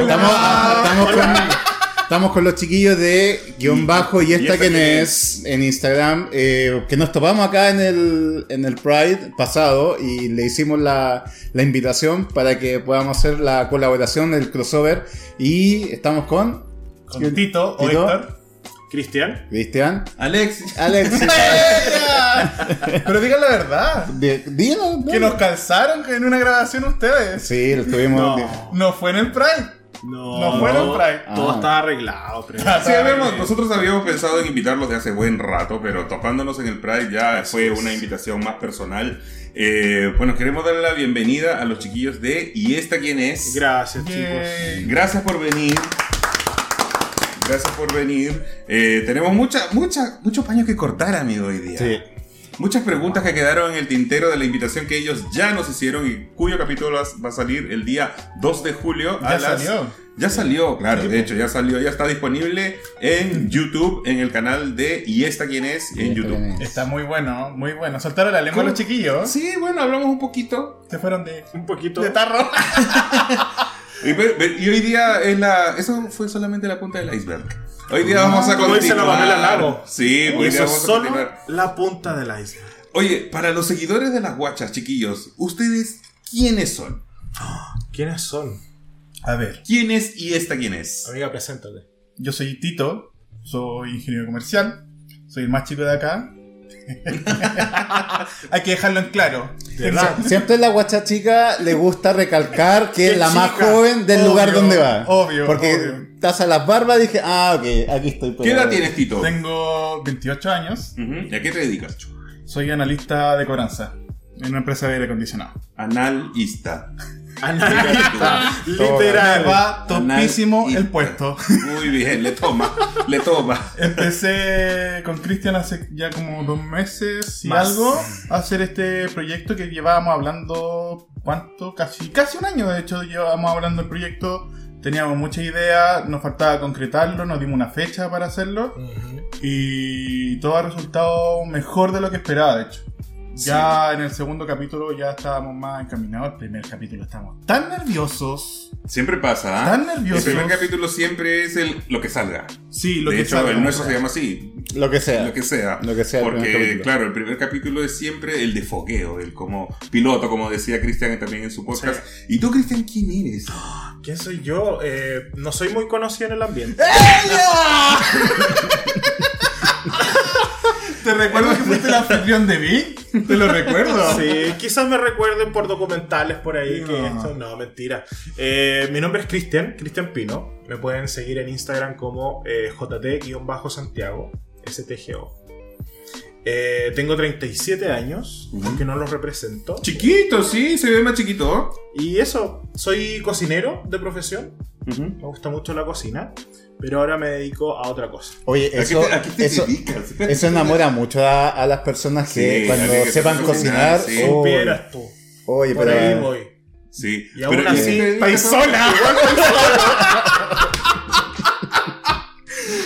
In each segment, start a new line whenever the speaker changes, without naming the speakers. Estamos, ah, estamos con, estamos con los chiquillos de guión bajo y esta
esta
quien
quién
es en Instagram, eh, que nos topamos acá en el, en el Pride pasado y le hicimos la, la invitación para que podamos hacer la colaboración, el crossover y estamos con
Con Tito o
Tito.
Héctor.
Cristian.
Cristian,
Alex.
Alex,
Pero digan la verdad.
di- dilo, dilo.
Que nos calzaron en una grabación ustedes.
Sí, lo estuvimos...
No.
No fue en el Pride.
No,
No fueron para ahí.
Todo
Ah.
estaba arreglado. Pero
Ah,
Sí, habíamos-
pues,
nosotros habíamos pensado en invitarlos de hace buen rato, pero topándonos en el Pride ya fue una invitación más personal. Eh, bueno, queremos darle la bienvenida a los chiquillos de ¿Y esta quién es?
Gracias,
Yay.
chicos.
Gracias por venir. Gracias por venir. Eh, tenemos mucha, mucha, mucho paño que cortar, amigo, hoy día.
Sí.
Muchas preguntas que quedaron en el tintero de la invitación que ellos ya nos hicieron y cuyo capítulo va va a salir el día 2 de julio. a
Ya
las-
salió.
Ya salió, claro,
pues.
de hecho, ya salió, ya está disponible
Mm.
en YouTube, en el canal de ¿Y esta quién es? en YouTube.
Está muy bueno, muy bueno. Soltaron la lengua a los chiquillos.
Sí, bueno, hablamos un poquito.
Se fueron de,
Un poquito.
de tarro.
Y, ve- ve- y hoy día es la. Eso fue solamente la punta del iceberg. Hoy día vamos a
Ah, como dice la
continuar.
Pamela Largo.
Sí,
Y
hoy día
eso
vamos
es
a
solo
continuar.
la punta del iceberg.
Oye, para los seguidores de las guachas, chiquillos, ¿ustedes quiénes son?
¿Quiénes son?
A ver,
¿Quién es y esta quién es?
Amiga, preséntate.
yo soy Tito. Soy ingeniero comercial. Soy el más chico de acá. Hay que dejarlo en claro.
verdad.
Siempre la guacha chica le gusta recalcar que es
Qué
la más
chica.
joven del
Obvio,
lugar donde va.
obvio,
Porque
obvio.
estás a las barbas dije, ah, ok, aquí estoy.
¿Qué
pegado".
edad tienes, Tito?
Tengo 28 años.
Ujú, ¿Y a qué te dedicas?
Soy analista de cobranza en una empresa de aire acondicionado.
Analista.
Me
Literal.
va topísimo el puesto.
Muy bien, le toma, le toma.
Empecé con Cristian hace ya como dos meses y
Más.
algo a hacer este proyecto que llevábamos hablando, ¿cuánto? Casi, casi un año, de hecho, llevábamos hablando del proyecto. Teníamos mucha idea, nos faltaba concretarlo, nos dimos una fecha para hacerlo y todo ha resultado mejor de lo que esperaba, de hecho. Ya en el segundo capítulo ya estábamos más encaminados, el primer capítulo estábamos tan nerviosos,
Siempre pasa, ¿ah?
tan nerviosos.
El primer capítulo siempre es el lo que salga.
Sí, lo
de
que
hecho,
salga.
el nuestro se llama así,
Lo que sea.
lo que sea.
Lo que sea, el
Porque,
primer capítulo.
claro, el primer capítulo es siempre el de fogueo, el como piloto, como decía Cristian también en su podcast. ¿Y tú, Cristian, quién eres?
¿Quién soy yo? Eh, no soy muy conocido en el ambiente.
¿Te recuerdas que fuiste el anfitrión de mí? Te lo recuerdo.
Sí, quizás me recuerden por documentales por ahí.
No.
Que esto, no, mentira. Eh, mi nombre es Cristian, Cristian Pino. Me pueden seguir en Instagram como eh, jt-santiago, STGO. Eh, tengo 37 años, aunque no los represento.
Chiquito, sí, se ve más chiquito.
Y eso, soy cocinero de profesión. Me gusta mucho la cocina, pero ahora me dedico a otra cosa.
Oye,
¿A qué
eso,
te- a qué te
eso,
dedicas?
eso enamora mucho a, a las personas que
Sí,
cuando
a
sepan
que sepan
cocinar.
cocinar, sí.
oh,
Supieras tú.
oye,
Por ahí
pero.
voy.
Sí.
Y aún así,
te dedicas a-
¡Paisola!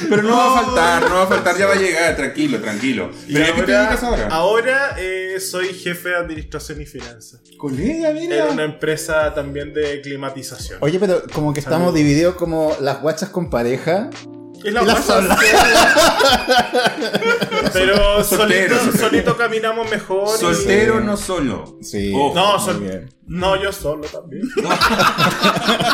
Pero no, va a faltar, no va a faltar, ya va a llegar, tranquilo, tranquilo.
Y
¿Pero a qué te
ahora,
dedicas ahora?
ahora, eh, soy jefe de administración y finanzas.
Con ella,
En una empresa también de climatización.
Oye, pero como que estamos
Saludos.
divididos como las guachas con pareja.
Y la
y la
cosa
sola.
es que- Pero
Soltero,
solito,
soltero.
solito caminamos mejor. y-
Soltero no solo.
Sí.
Ojo.
No,
Muy
sol-
bien.
no, yo solo también.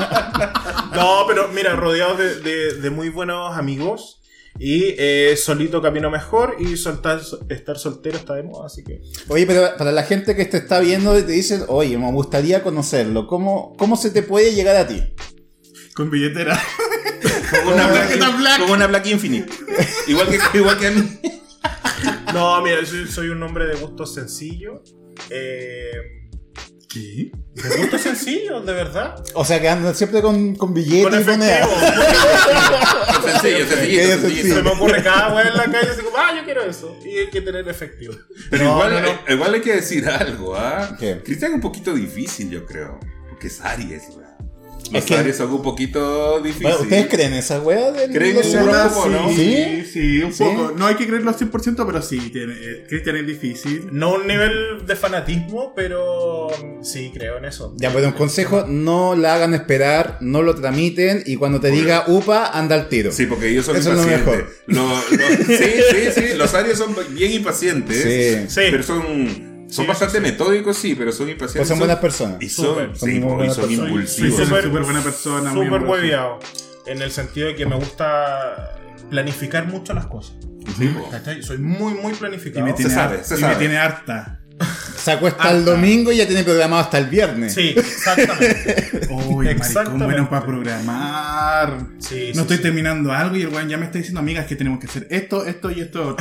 no, pero mira, rodeado de, de- de muy buenos amigos. Y eh, solito camino mejor. Y soltar, estar soltero está de moda, así que.
Oye, pero para la gente que te está viendo y te dicen, oye, me gustaría conocerlo, ¿cómo, cómo se te puede llegar a ti?
Con billetera.
Con una Black, con una Black Infinite. igual, que, igual que a mí.
No, mira, yo soy, soy un hombre de gusto sencillo. Eh,
¿Qué?
de gusto sencillo, de verdad.
O sea, que andan siempre con, con billetes
Con
y con-
efectivo.
Sencillo, sencillito,
Que es
sencillito.
Se me ocurre cada weón en la calle así como, ah, yo quiero eso. Y hay que tener efectivo.
Pero
No,
igual, eh,
no, no.
igual hay que decir algo, ¿ah?
¿Qué?
Cristian es un poquito difícil, yo creo. Porque es Aries, ¿verdad?
Es
Los
que-
aires son un poquito
Bueno,
difíciles.
¿Ustedes creen esa wea del
¿Creen
los
en
seguros?
una-
Ahora
poco, ¿no?
Sí, sí, un
Sí.
poco. No hay que creerlo al 100%, pero sí, tiene, eh, Cristian es difícil.
No un nivel de fanatismo, pero sí creo en eso.
Ya, pero un consejo, no la hagan esperar, no lo tramiten y cuando te diga upa, anda al tiro.
Sí, porque ellos son
Eso es lo
impacientes. Lo- lo- sí, sí, sí. Los arios son bien impacientes.
Sí.
Sí.
Pero son, son
Sí,
bastante metódicos, sí, pero son
Pues
impacientes.
son buenas personas.
Y son,
Súper.
sí,
Son muy
po, y
buenas
son
personas.
Sí,
impulsivos.
soy súper buena persona, muy
Súper
amoroso.
hueviado. En el sentido de que me gusta planificar mucho las cosas.
Sí, po.
¿cachai? Soy muy, muy planificado.
Y me tiene,
Se sabe,
har-
se
y me
sabe.
tiene harta.
Se acuesta el domingo y ya tiene programado hasta el viernes.
Sí, exactamente.
Uy, maricón,
Exactamente.
bueno para programar.
Sí, sí,
no estoy
sí.
terminando algo y el weón ya me está diciendo, amigas, que tenemos que hacer esto, esto y esto.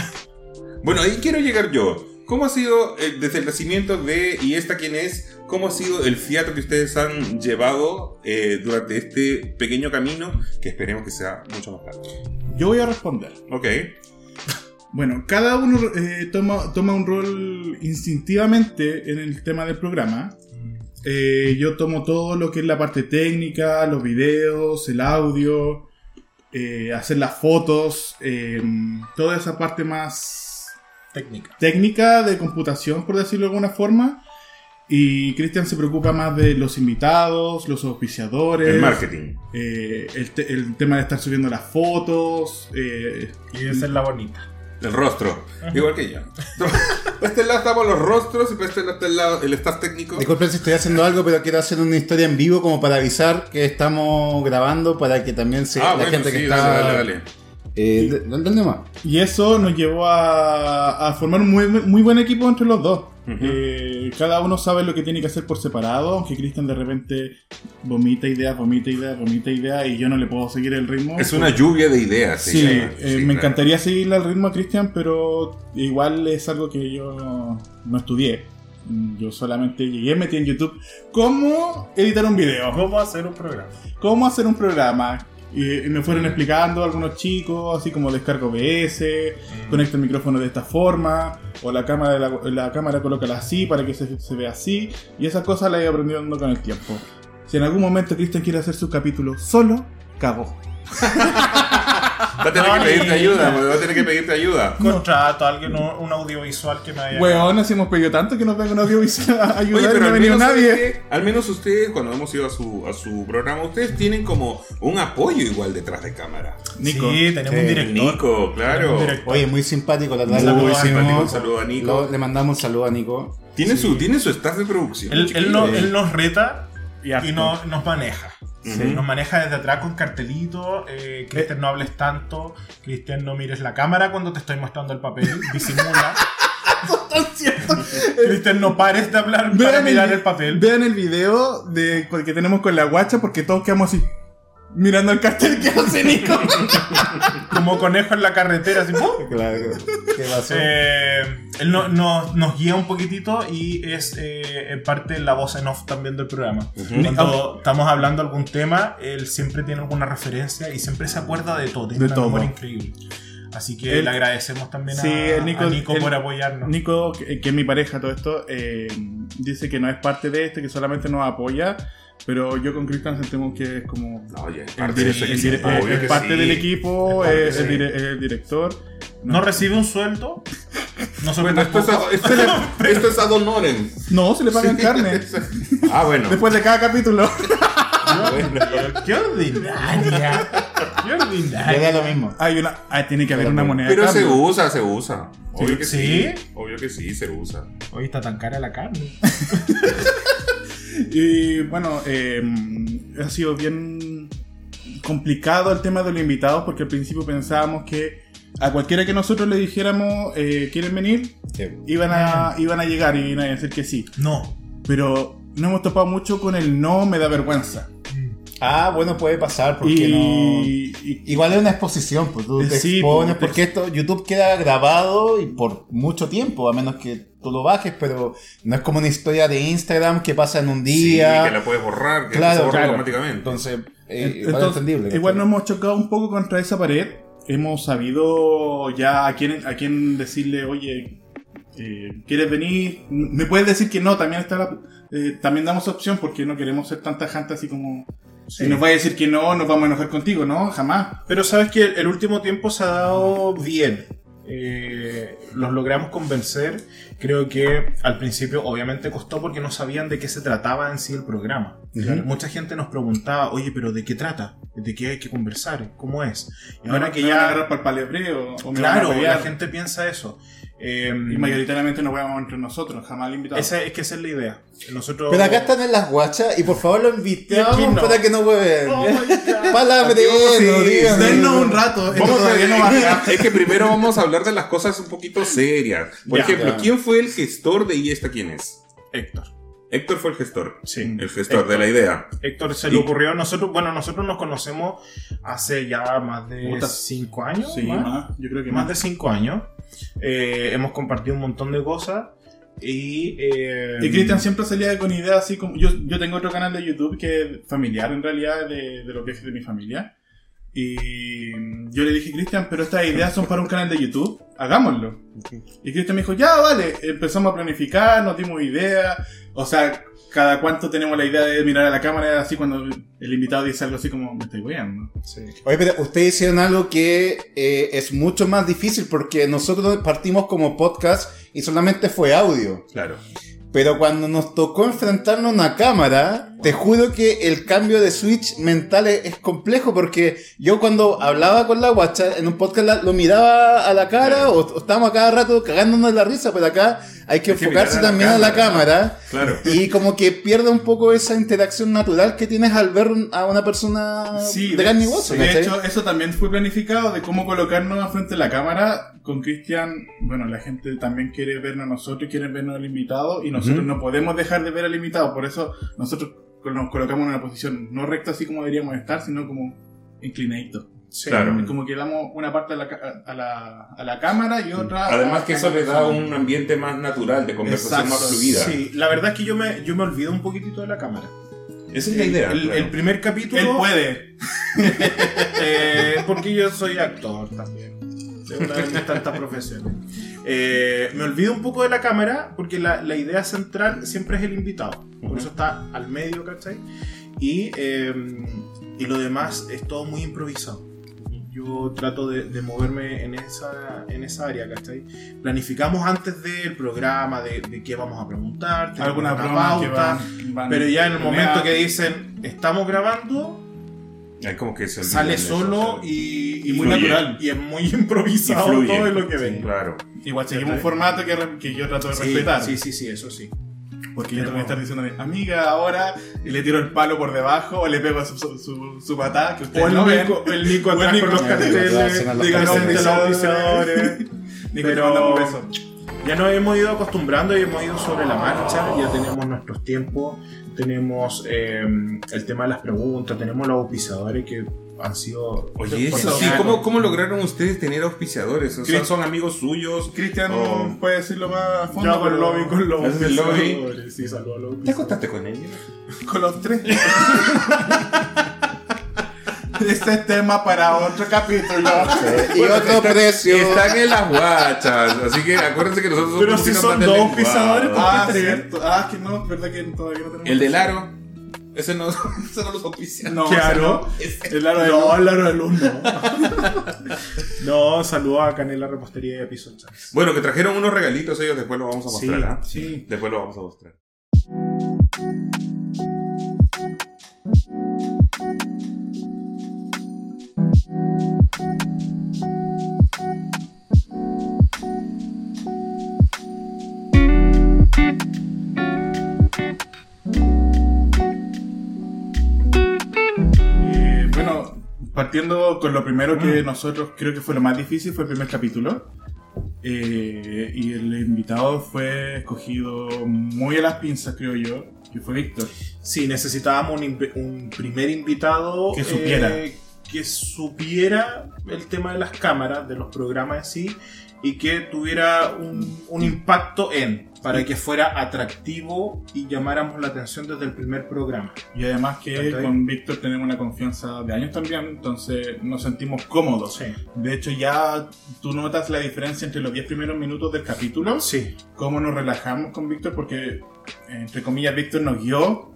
Bueno, ahí quiero llegar yo. ¿Cómo ha sido eh, desde el nacimiento de y esta quién es? ¿Cómo ha sido el fiato que ustedes han llevado eh, durante este pequeño camino que esperemos que sea mucho más largo?
Yo voy a responder.
Ok.
Bueno, cada uno eh, toma, toma un rol instintivamente en el tema del programa.
Mm.
Eh, yo tomo todo lo que es la parte técnica, los videos, el audio, eh, hacer las fotos, eh, toda esa parte más
Técnica.
técnica de computación, por decirlo de alguna forma. Y Cristian se preocupa más de los invitados, los auspiciadores,
El marketing.
eh, el, te- el tema de estar subiendo las fotos, eh,
Y esa es la bonita.
El rostro. Igual que yo. Por este lado estamos los rostros y por este otro lado el staff técnico.
Disculpen si estoy haciendo algo, pero quiero hacer una historia en vivo como para avisar que estamos grabando para que también se, la gente que
Ah, sí,
está.
dale, dale, dale.
Eh, ¿dó- ¿Dónde más?
Y eso nos llevó a, a formar un muy, muy buen equipo entre los dos.
Ujú.
Eh, cada uno sabe lo que tiene que hacer por separado, aunque Cristian de repente vomita ideas, vomita ideas, vomita ideas y yo no le puedo seguir el ritmo.
Es una lluvia de ideas.
Sí, eh, me
claro.
encantaría seguirle el ritmo a Cristian, pero igual es algo que yo no, no estudié. Mm, Yo solamente llegué, metí en YouTube cómo editar un video
¿Cómo hacer un programa?
cómo hacer un programa. Y, y me fueron explicando algunos chicos, así como descargo OBS, conecta el micrófono de esta forma, o la cámara, la, la cámara colócala así para que se, se vea así, y esas cosas las he ido aprendiendo con el tiempo. Si en algún momento Cristian quiere hacer su capítulo solo, cagó.
Va a tener que
Ay.
pedirte ayuda, va a tener que pedirte ayuda.
Contrato a alguien, un, un audiovisual que me haya.
Weón, nos hemos pedido tanto que nos venga un audiovisual a ayudar
Oye,
y
pero
no ha
al
venido
menos, ¿sabes
nadie.
qué? al menos ustedes, cuando hemos ido a su, a su programa, ustedes tienen como un apoyo igual detrás de cámara.
Nico,
Sí, tenemos un
Sí,
director.
Nico, claro.
Un director.
Oye, muy simpático la
Un
tarde.
saludo
que
a-
hicimos.
un saludo a Nico.
Lo- le mandamos un saludo a Nico.
Tiene, su, tiene su staff de producción.
Él,
chiquillo.
él, no- él nos reta
Y harto.
y no- nos maneja.
Ujú.
Nos maneja desde atrás con cartelitos. Eh, Cristian, no hables tanto. Cristian, no mires la cámara cuando te estoy mostrando el papel. Disimula. Cristian, no pares de hablar para
Vean
mirar
el-
el papel.
Vean el video de, que tenemos con la guacha porque todos quedamos así, mirando el cartel que hace Nico.
Como conejo en la carretera. Así, ¡pum!
Claro. ¿Qué pasó?
Eh, él no- nos- nos guía un poquitito y es eh, en parte la voz en off también del programa. Cuando estamos hablando algún tema, él siempre tiene alguna referencia y siempre se acuerda de todo. Tiene
De
una
todo.
memoria increíble. Así que
Él-
le agradecemos también a-
Sí,
a,
el
Nico,
Nico- el-
por apoyarnos.
Nico, que, que es mi pareja, todo esto, eh, dice que no es parte de este, que solamente nos apoya, pero yo con Cristian sentimos que es como
No, oye, es
el
parte,
dire-
de ese
el
equipo,
dire-
obvio
el
que
parte
sí.
del equipo,
Es parte,
es el,
sí.
dire- el director.
no recibe un sueldo. No se
Bueno, esto es, a- esto es- esto es ad honorem.
No, se le pagan
Sí.
carne.
Ah, bueno.
Después de cada capítulo.
¡Qué ordinaria! ¡Qué
Yo haría
ordinaria!
lo mismo.
Hay una, ah, tiene que haber una moneda. de
Pero se
cambio.
usa, se usa. Obvio que sí.
¿Sí?
Obvio que sí, se usa.
Hoy está tan cara la carne.
Y bueno, eh, ha sido bien complicado el tema de los invitados porque al principio pensábamos que a cualquiera que nosotros le dijéramos eh, quieren venir, iban a, iban a llegar y iban a decir que sí.
No.
Pero no hemos topado mucho con el no me da vergüenza.
Ah, bueno, puede pasar porque no.
Y, y-
Igual es una exposición, pues tú
Eh,
te
sí,
expones,
pues, te-
porque esto YouTube queda grabado y por mucho tiempo, a menos que tú lo bajes, pero no es como una historia de Instagram que pasa en un
Sí,
día.
que la puedes borrar, que
Claro,
se borra
claro.
automáticamente.
Entonces, eh,
en-
igual es
entonces,
entendible.
igual nos
¿cachai?
hemos chocado un poco contra esa pared. Hemos sabido ya a quién, a quién decirle, oye, eh, ¿quieres venir? Me puedes decir que no, también está la- eh, también damos opción porque no queremos ser tan tajantes así como Y nos vaya a decir que no, nos vamos a enojar contigo, no, jamás.
Pero sabes que el, el último tiempo se ha dado bien. Eh, los logramos convencer. Creo que al principio obviamente costó porque no sabían de qué se trataba en sí el programa.
Ujú.
Mucha gente nos preguntaba, oye, pero ¿de qué trata? ¿De qué hay que conversar? ¿Cómo es? Y
No,
ahora que
me van a agarrar
ya...
para el palebreo. o me
Claro,
van a
la
pelear.
gente piensa eso. Eh,
Y mayoritariamente nos vamos entre nosotros, jamás el invitado.
esa- es que esa es la idea. Nosotros...
Pero acá están en las guachas y por favor lo
Y
invitamos
aquí no.
para que no hueven.
Oh my God.
Palabrero,
Sí,
díganme.
Dennos un rato, esto
Vamos a-
todavía no va acá.
es que primero vamos a hablar de las cosas un poquito serias. Por
Ya,
ejemplo,
ya.
¿quién fue el gestor de E ¿Y esta quién es?
Héctor.
Héctor fue el gestor.
Sí.
El gestor de la idea.
Héctor se
Y-
le ocurrió, nosotros, bueno, nosotros nos conocemos hace ya más de
Puta.
cinco años.
Sí,
más,
más, yo creo que
más
más.
de cinco años. Eh, hemos compartido un montón de cosas. Y, eh,
Y Cristian siempre salía con ideas así como. Yo, yo tengo otro canal de YouTube que es familiar en realidad de, de los viajes de mi familia. Y yo le dije, Cristian, pero estas ideas son para un canal de YouTube, hagámoslo. Y Cristian me dijo, ya vale, empezamos a planificar, nos dimos ideas. O sea, cada cuánto tenemos la idea de mirar a la cámara, así cuando el invitado dice algo así como, me estoy weando.
sí.
Oye, pero ustedes hicieron algo que eh, es mucho más difícil porque nosotros partimos como podcast y solamente fue audio.
Claro.
Pero cuando nos tocó enfrentarnos a una cámara, te juro que el cambio de switch mental es, es complejo porque yo cuando hablaba con la guacha en un podcast la- lo miraba a la cara o, o estábamos a cada rato cagándonos la risa, pero acá hay que
Hay que
enfocarse
mirar a la
también a la cámara
Claro.
y como que pierde un poco esa interacción natural que tienes al ver un- a una persona de carne y hueso,
de
¿cachai?
hecho, eso también fue planificado de cómo colocarnos al frente de la cámara. Con Cristian, bueno, la gente también quiere vernos a nosotros, quiere vernos al invitado y nosotros
Ujú.
no podemos dejar de ver al invitado. Por eso nosotros nos colocamos en una posición no recta así como deberíamos estar, sino como inclinadito.
Sí.
Claro.
Como que damos una parte a la, ca- a la, a la cámara y otra...
Además
a-
que eso le da un ambiente más natural, de conversación
Exacto,
más fluida.
Sí, la verdad es que yo me, yo me olvido un poquitito de la cámara.
Esa es la idea.
El,
claro.
el primer capítulo.
Él puede.
Eh, porque yo soy actor también. De una de mis tantas profesiones. Eh, me olvido un poco de la cámara porque la, la idea central siempre es el invitado. Por eso está al medio, ¿cachai? Y, eh, y lo demás es todo muy improvisado. Yo trato de, de moverme en esa, en esa área, ¿cachai? Planificamos antes del programa, de, de qué vamos a preguntar, tenemos
Algunas
una
bromas que
pauta,
van- van
pero ya en el momento
planeadas.
que dicen, estamos grabando,
Ay, como que se olvidan
sale
de Pues eso,
solo
o sea,
y, y muy
Fluye.
natural. Y es muy improvisado
y fluye.
todo lo que
Sí,
ven.
Claro.
Igual seguimos un formato que, re- que yo trato de
Sí,
respetar.
sí, sí, sí, eso sí.
Porque yo te voy a estar diciendo, amiga, ahora, y le tiro el palo por debajo, o le pego su, su, su, su patada, que ustedes
O el
no ven.
Nico, el Nico
O el
atrás
Nico
con los
atrás.
Sí,
carteles,
con los
digan
carteles.
los auspiciadores.
Nico, te
Pero-
mandamos un beso.
Ya nos hemos ido acostumbrando y hemos ido sobre la marcha, ya tenemos nuestros tiempos, tenemos eh, el tema de las preguntas, tenemos los auspiciadores que han sido...
Oye,
por
eso
lo
sí,
menos-
¿cómo, ¿cómo lograron ustedes tener auspiciadores? O sea,
Cris-
son amigos suyos.
Cristian
Oh.
puede decirlo más a fondo.
Ya con
pero-
lobby, con lobby.
Haces el lobby.
Sí, saludos a lobby.
¿Te acostaste con ellos?
con los tres. este es tema para otro capítulo.
Y otro precio.
Están en las guachas, así que acuérdense que nosotros
Pero
somos
si
una
son
banda
dos
lenguada.
pisadores,
ah, cierto. Ah, que no, verdad que todavía no tenemos.
El del aro, ese no, ese no los auspicia.
No,
Claro.
El aro de luz.
No, el aro de luz no. no, saludos a Canela Repostería y a Piso Chas.
Bueno, que trajeron unos regalitos ellos, después lo vamos a
Sí,
mostrar. ¿ah?
sí.
Después lo vamos a mostrar.
Eh, bueno, partiendo con lo primero que nosotros creo que fue lo más difícil, fue el primer capítulo. Eh, y el invitado fue escogido muy a las pinzas, creo yo, que fue Víctor.
Sí, necesitábamos un, inv- un primer invitado
Que supiera.
eh, que supiera el tema de las cámaras, de los programas en sí, y que tuviera un, un impacto en, para que fuera atractivo y llamáramos la atención desde el primer programa.
Y además que
Ok.
con Víctor tenemos una confianza de años también, entonces nos sentimos cómodos.
Sí,
De hecho, ya tú notas la diferencia entre los 10 primeros minutos del capítulo
sí,
cómo nos relajamos con Víctor, porque entre comillas Víctor nos guió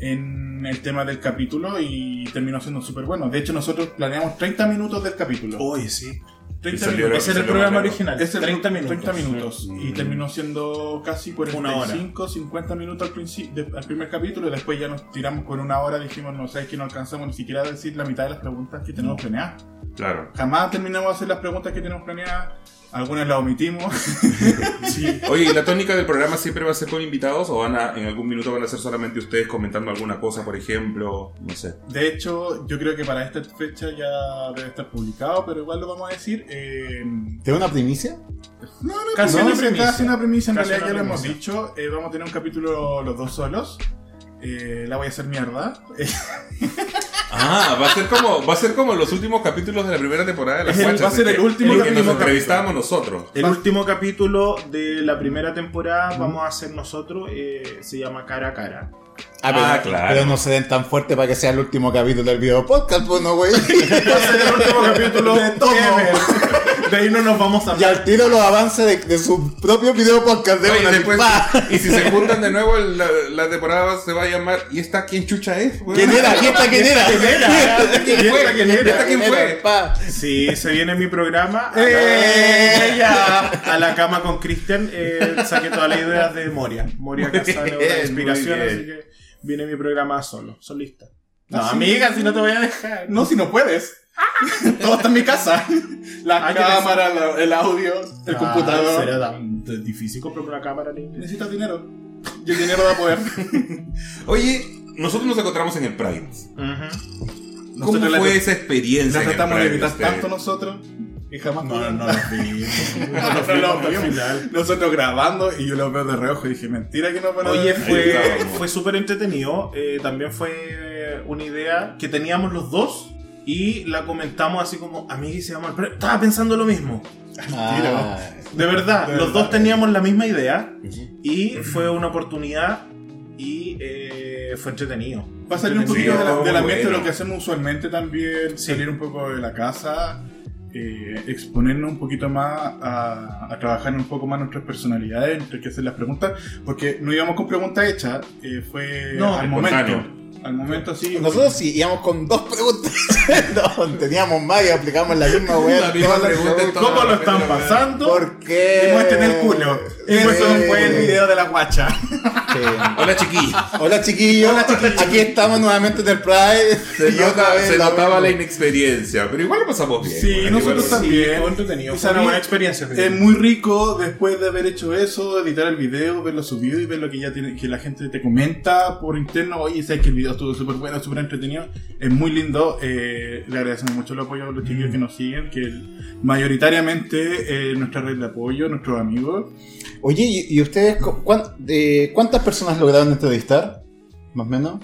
en el tema del capítulo y terminó siendo súper bueno. De hecho, nosotros planeamos 30 minutos del capítulo.
Oye, sí.
30
salió
minutos.
Ese era
salió
el programa
más caro.
original.
Este Es el
30 minutos.
30 minutos. Y terminó siendo casi
Una hora.
45, 50 minutos al, princi- de- al primer capítulo. Y después ya nos tiramos con una hora. Dijimos, no sabes que no alcanzamos ni siquiera a decir la mitad de las preguntas que tenemos planeadas.
Claro.
Jamás terminamos de hacer las preguntas que tenemos planeadas. Algunas las omitimos. sí.
Oye, ¿y la tónica del programa siempre va a ser con invitados o van a, en algún minuto van a ser solamente ustedes comentando alguna cosa, por ejemplo? No sé.
De hecho, yo creo que para esta fecha ya debe estar publicado, pero igual lo vamos a decir. Eh,
¿Te da una primicia?
Casi,
No,
una
sí,
premisa.
casi
casi una premisa, en
Casi
realidad ya
una
lo hemos
premisa.
dicho. Eh, vamos a tener un capítulo los dos solos. Eh, la voy a hacer mierda. Eh,
Ah, va a ser como, va a ser como los últimos capítulos de la primera temporada de la
Es el-
Guachas,
va a ser el
que-
último
en que
capítulo.
nos entrevistábamos nosotros.
El último capítulo de la primera temporada vamos a hacer nosotros. eh, se llama Cara a Cara.
Ah, pero,
Ah, claro.
pero no se den tan fuerte para que sea el último capítulo del video podcast, pues no, güey.
Va a ser el último capítulo de todo. De ahí no nos vamos a
Y al tiro los avances de, de su propio video podcast de
Oye,
una, así,
después-
¡pa!
y si se juntan de nuevo, la, la temporada se va a llamar ¿Y esta quién chucha es? güey?
¿Quién era? ¿Y esta quién era? ¿Quién
¿Quién
era?
fue? ¿Y esta quién fue?
Pa.
Si se viene mi programa, a la,
¡Eh!
a la cama con Cristian, eh, saqué todas las ideas de Moria. Moria Casano,
Muy
una inspiración,
bien.
así que viene mi programa solo, solista. No,
Ah, sí.
amiga, si no te voy a dejar.
No, si no puedes. todo está en mi casa. La
Ah, yo
cámara, la- el audio, el
Ah,
computador.
Será tan difícil comprar una cámara en inglés.
Necesitas dinero. Y el dinero da poder.
Oye, nosotros nos encontramos en el Pride. ¿Cómo
Nosotros la-
fue esa
Nos
experiencia? en el este?
tratamos de
Pride
evitar
ustedes?
tanto nosotros. Y jamás
este- No, no los vi. No los
No
vi
los
hasta el
vimos.
final.
Nosotros grabando y yo los veo de reojo y dije, mentira que no van a
Oye,
Ahí
fue,
estábamos.
fue súper entretenido. eh, también fue una idea que teníamos los dos y la comentamos así como, amigos, se llama el pre-". Estaba pensando lo mismo.
Ah,
De verdad,
De
los
verdad.
dos teníamos la misma idea
Ujú.
y fue una oportunidad y eh, fue entretenido.
Va a salir un poquito
Sí,
de la,
muy
del ambiente de
bueno.
lo que hacemos usualmente también,
Sí.
salir un poco de la casa, eh, exponernos un poquito más a, a trabajar un poco más nuestras personalidades, entre que hacer las preguntas, porque no íbamos con preguntas hechas, eh, fue
No,
al momento.
espontáneo.
Al momento sí.
Nosotros sí íbamos con dos preguntas. no, teníamos más y aplicamos la misma weá.
La misma
Todas las
pregunta en
preguntas.
todas
¿Cómo lo
las
están
veces, la verdad.
pasando?
¿Por qué?
Y muestren el culo. Y
Eh,
muestren fue el video de la guacha.
sí.
Hola, chiquillos.
Hola chiquillos. Aquí estamos nuevamente en el Pride.
Se,
Y otra
nota-
vez
se
lo
notaba
mismo.
la inexperiencia, pero igual lo pasamos bien.
Sí,
güey,
nosotros
igual-
también.
fue entretenido.
Y
Fue una
sabí-
buena experiencia.
Es
Felipe.
muy rico después de haber hecho eso, editar el video, verlo subido y ver lo que ya tiene, que la gente te comenta por interno. Oye, sabes que el video estuvo súper bueno, súper entretenido. Es muy lindo. eh, le agradecemos mucho el apoyo a los chicos que nos siguen, que mayoritariamente eh, nuestra red de apoyo, nuestros amigos.
Oye, ¿y, y ustedes cu- cuán- eh, cuántas personas lograron entrevistar? Más o menos.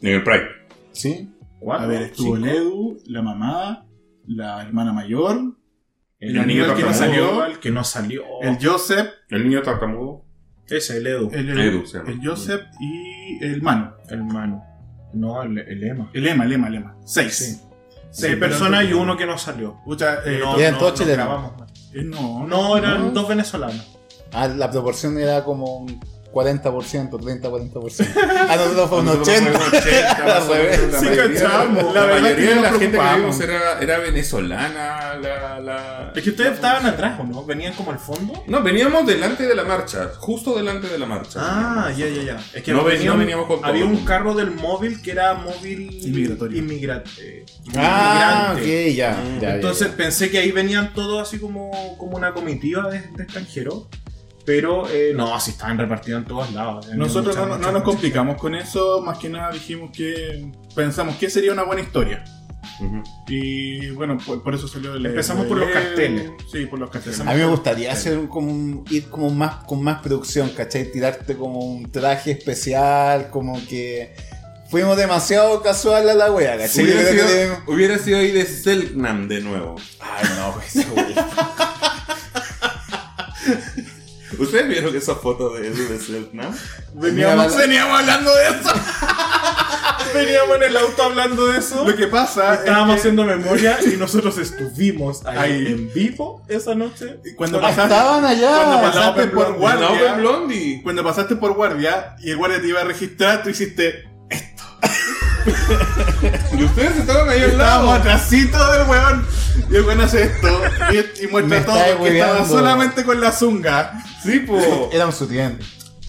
En el Pride.
¿Sí?
Cuatro,
a ver, estuvo
cinco.
el Edu, la mamá, la hermana mayor,
El,
el
amigo que no salió.
salió.
El que no salió.
el Joseph,
El niño tartamudo.
Ese, el Edu.
el,
Edu se llama.
el Joseph y el Mano.
El Manu. No, el, el Ema.
El Ema, el Ema, el Ema. Seis.
Sí.
Seis
Seis personas y
pero-
uno que no salió.
Pucha, eh,
No,
eran
no,
todos
no
chilenos.
grabamos.
eh, no,
No, eran
No.
dos venezolanos.
Ah, la proporción era como un 40%, 30-40%. A nosotros Ah, fue un 80%. Al revés.
Sí, cachamos.
La
La verdad
mayoría
que
de
nos
la gente que
preocupamos.
vimos era, era venezolana. La, la-
Es que ustedes estaban atrás, ¿o ¿no? Venían como al fondo.
No, veníamos delante de la marcha, justo delante de la marcha.
Ah, ya, ya, ya. Es que
No ven-
venían-
no veníamos con todo
Había
el
un
mundo.
carro del móvil que era móvil
Inmigratorio.
inmigra- eh,
Ah,
inmigrante.
ok, ya. ya, ya,
Entonces
ya.
pensé que ahí venían todos así como, como una comitiva de, de extranjeros. Pero eh, no, si estaban repartidos en todos lados. Había
Nosotros
mucha,
no, no nos
mucha, mucha.
complicamos con eso, más que nada dijimos que pensamos que sería una buena historia.
Ujú.
Y bueno, por, por eso salió el.
Empezamos por los
el-
carteles.
Sí, por los carteles.
a mí me gustaría hacer un- como un- ir como más con más producción, ¿cachai? Tirarte como un traje especial, como que fuimos demasiado casual a la wea, ¿cachai? Yo
Hubiera,
creo que
sido,
debemos-
hubiera sido ahí de Selknam de nuevo.
Ay, no, pues, güey.
¿Ustedes vieron esa foto de él de Selknam?
Veníamos,
Mira,
veníamos hablando de eso. veníamos en el auto hablando de eso. Lo que pasa Ah, es
Estábamos
que
haciendo memoria y nosotros estuvimos ahí,
Ahí.
en vivo esa noche.
cuando
Ah,
pasaste,
Estaban
cuando
allá.
pasaste
Open
por
Blondie.
No,
guardia,
fue Blondie.
cuando pasaste por guardia y el guardia te iba a registrar, tú hiciste.
Y ustedes estaban ahí al lado.
Estábamos atrasito "Oh, del weón. Y el weón hace esto. Y, y
Me
muestra
está
todo. Que estaba
hueveando.
solamente con la zunga.
Sí, po.
Era un sutién.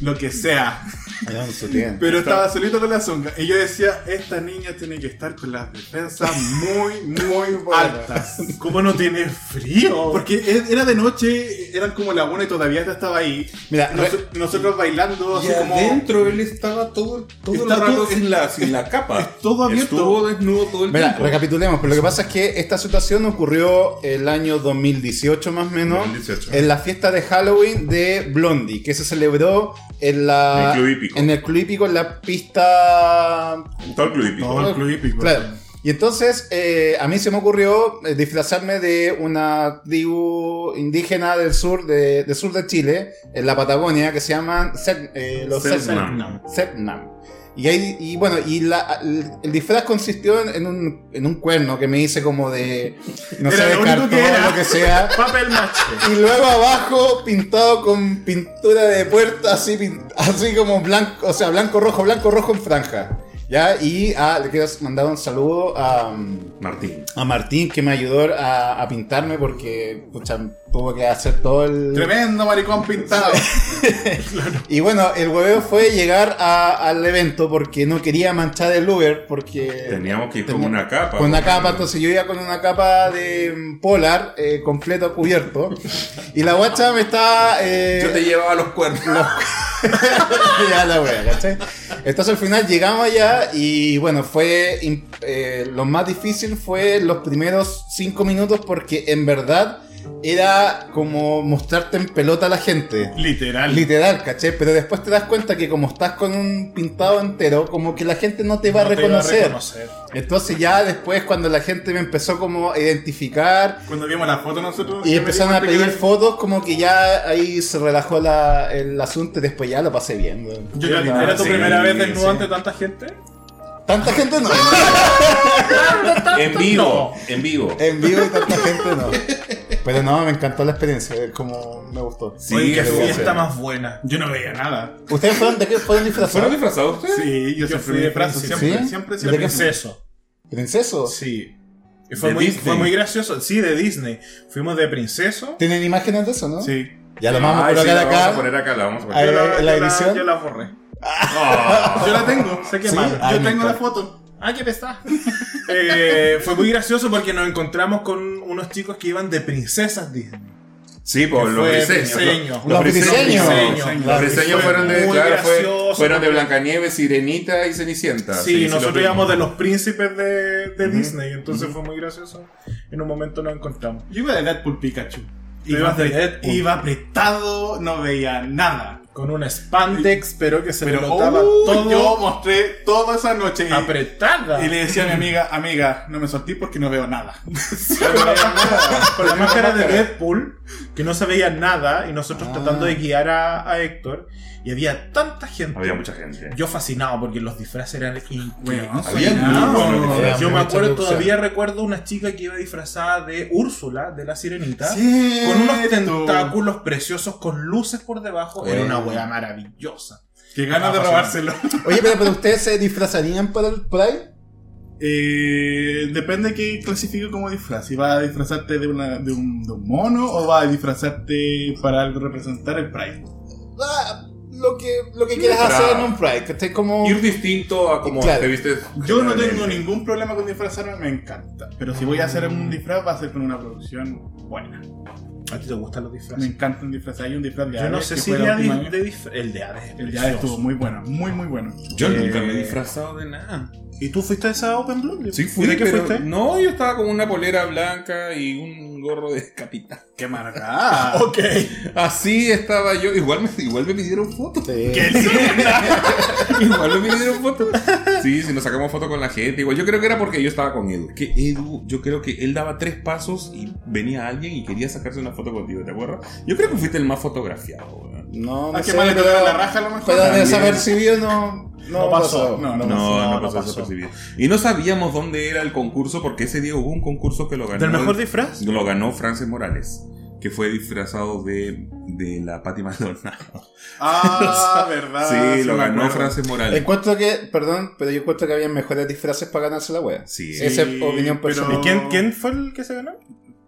Lo que sea.
Era un sutién.
Pero estaba solito con la zunga. Y yo decía, esta niña tiene que estar con las defensas muy, muy altas.
¿Cómo no tiene frío?
Porque e- era de noche, eran como la una y todavía ella estaba ahí.
Mira,
Nos-
re-
nosotros bailando
Y
así como...
adentro él estaba todo, todo el
Está
rato
todo-
sin, la, sin la capa.
todo abierto.
Estuvo desnudo todo el
Mira,
tiempo.
recapitulemos, pero lo que pasa es que esta situación ocurrió el año 2018 más o menos,
2018.
en la fiesta de Halloween de Blondie, que se celebró en la
En el Club Hípico.
en el Club Hípico, en la pista
Todo el club hípico.
Todo Oh, el club hípico.
Claro. Y entonces eh, a mí se me ocurrió eh, disfrazarme de una tribu indígena del sur de, del sur de Chile, en la Patagonia, que se llaman Sep- eh, los
Selknam.
No.
Sepnam. Y, ahí, y bueno, y la- el, el disfraz consistió en, en un, en un cuerno que me hice como de, no
Era
sé, de
lo único
cartón,
que era.
lo que sea.
Papel maché.
Y luego abajo pintado con pintura de puerta, así, pin- así como blanco, o sea, blanco, rojo, blanco, rojo en franja. ¿Ya? Y ah, le quiero mandar un saludo a, mm,
Martín.
a Martín que me ayudó a, a pintarme porque, pucha, tuvo que hacer todo el...
Tremendo maricón pintado.
Y bueno, el hueveo fue llegar a- al evento porque no quería manchar el Uber porque...
Teníamos que ir con
tenía-
una capa.
Con una
po.
capa, entonces yo iba con una capa de mm, polar eh, completo cubierto. Y la guacha me estaba. eh,
Yo te llevaba los cuernos.
ya la wea, ¿cachai? Entonces al final llegamos allá y bueno, fue. im- eh, lo más difícil fue los primeros cinco minutos porque en verdad era como mostrarte en pelota a la gente.
Literal.
Literal, ¿cachai? Pero después te das cuenta que como estás con un pintado entero, como que la gente no te va a
No te iba
reconocer.
reconocer.
Entonces ya después cuando la gente me empezó como a identificar
Cuando vimos la foto nosotros...
y
ya
empezaron
me
a
di cuenta que
pedir
era-
fotos, como que ya ahí se relajó la- el asunto y después ya lo pasé bien. weón.
Yo creo que
¿Era tu
Sí,
primera vez desnudo
sí.
ante tanta gente?
Tanta gente no.
En vivo. En vivo.
en vivo y tanta gente no. Pero no, me encantó la experiencia, es como me gustó.
Sí,
Oye, qué
qué
fiesta
bueno.
más buena.
Yo no veía nada.
¿Ustedes fueron de qué fueron
¿Fueron
disfrazados?
disfrazados ustedes?
Sí, yo,
Yo
siempre
fui
me
de
disfrazo,
príncipe.
siempre,
¿Sí?
siempre,
¿De
siempre.
qué fue?
Princeso.
¿Princesos?
Sí. Y fue
De
muy,
Disney.
fue muy gracioso. Sí, de Disney. Fuimos de Princeso.
¿Tienen imágenes de eso, no?
Sí.
Ya lo
Ay,
vamos a
Ah, sí,
colocar
la
acá.
Vamos a poner acá, la vamos a poner.
Ahí.
Yo
¿En la
yo
edición?
yo la borré.
Ah.
Yo la tengo.
Se
Sí,
quemaron.
Ay,
yo
me
tengo la
encanta.
foto.
Ah, qué pesada. Eh, fue muy gracioso porque nos encontramos con unos chicos que iban de princesas Disney.
Sí, por
Que
los
fue
briseños.
briseño.
Los-
Los
Los briseños.
briseños.
briseños.
Los
briseños
briseños fueron de,
muy
claro, fue-
gracioso.
fueron de Blancanieves, Sirenita y Cenicienta.
Ah,
Sí, nosotros
los
íbamos de
vimos.
los príncipes de, de Disney, entonces fue muy gracioso. En un momento nos encontramos.
Yo iba de Deadpool Pikachu.
Tú ibas de Deadpool.
iba apretado, no veía nada.
Con un spandex, pero que se
Pero
pelotaba
oh,
todo
yo mostré toda esa noche. Y,
apretada.
y le decía a mi amiga, amiga, no me sortí porque no veo nada.
con la máscara de
máscara.
Deadpool, que no se veía nada, y nosotros tratando de guiar a, a Héctor, y había tanta gente.
Había mucha gente.
Yo fascinado porque los disfraces eran increíbles.
Weón,
Había
Ah,
soy-
muy
no.
buenos disfraces.
Había
Yo me
mucha
acuerdo,
producción.
todavía recuerdo una chica que iba disfrazada de Úrsula, de la sirenita,
Sí,
con unos
esto.
tentáculos preciosos con luces por debajo. Era
Eh.
una weá maravillosa.
Qué
Ah,
ganas de robárselo.
Oye, pero, pero ¿ustedes se disfrazarían para el Pride?
Eh, depende que clasifique como disfraz. Si vas a disfrazarte de, una- de un, de un mono o vas a disfrazarte para algo representar el Pride.
Ah, lo que, lo que quieras
Claro.
hacer en un Pride, que estés como...
Ir distinto a como
Claro.
te vistes.
Yo no
generalmente.
tengo ningún problema con disfrazarme, me encanta. Pero si voy a hacer un disfraz, va a ser con una producción buena.
¿A ti te gustan los
Me
disfraces?
encanta un disfraz. Hay un disfraz de
Yo no
Hades
sé
que
si
fue la
iría
última
de,
vez.
de disfra- el de Hades. es
El de
precioso.
Hades estuvo muy bueno, muy, muy bueno.
Yo nunca me he
Eh,
disfrazado de nada.
¿Y tú fuiste a esa Open Blue?
Sí, fui,
¿Y de qué
pero-
fuiste?
No, yo estaba con una polera blanca y un gorro de capitán.
¡Qué marcada!
Ok.
Así estaba yo. Igual me, igual me pidieron fotos.
Sí.
Igual me pidieron fotos. Sí, si nos sacamos fotos con la gente. Igual yo creo que era porque yo estaba con Edu. Que Edu, yo creo que él daba tres pasos y venía alguien y quería sacarse una foto contigo, ¿te acuerdas? Yo creo que fuiste el más fotografiado, weón.
No, no
Ah, qué
sé,
mal le
pero-
tocaron la raja a lo mejor.
Pero
También.
desapercibido no, no,
No pasó.
No, no,
No, no,
no
pasó,
pasó.
desapercibido. Y no sabíamos dónde era el concurso porque ese día hubo un concurso que lo ganó.
¿Del mejor disfraz?
Lo ganó Frances Morales. que fue disfrazado de, de la Patti Maldonado.
Ah, verdad.
sí, lo
me
ganó
acuerdo. Eh,
Frances Morales.
Encuentro que, perdón, pero yo encuentro que había mejores disfraces para ganarse la wea.
Sí.
Esa es opinión
pero-
personal.
¿Y quién, quién fue el que se ganó?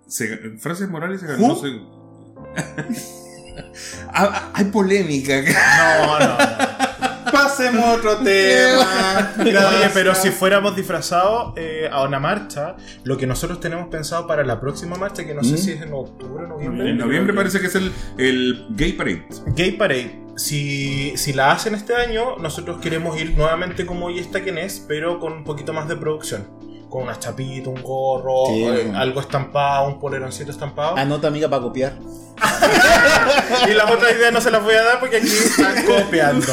Se- Frances Morales se ganó.
¿Who?
se- Ah, ah, Hay polémica.
No, no, no. Pasemos a otro tema.
Oye,
Gracias.
pero si fuéramos disfrazados eh, a una marcha, lo que nosotros tenemos pensado para la próxima marcha, que no sé
¿Mm?
si es en octubre o noviembre,
En noviembre parece que es el, el Gay Parade.
Gay Parade. Si, si la hacen este año, nosotros queremos ir nuevamente como hoy está quien es, pero con un poquito más de producción. Con una chapita, un gorro,
Sí. Ah,
eh, algo estampado, un poleroncito estampado.
Anota, amiga, para copiar.
Y las otras ideas no se las voy a dar porque aquí están copiando.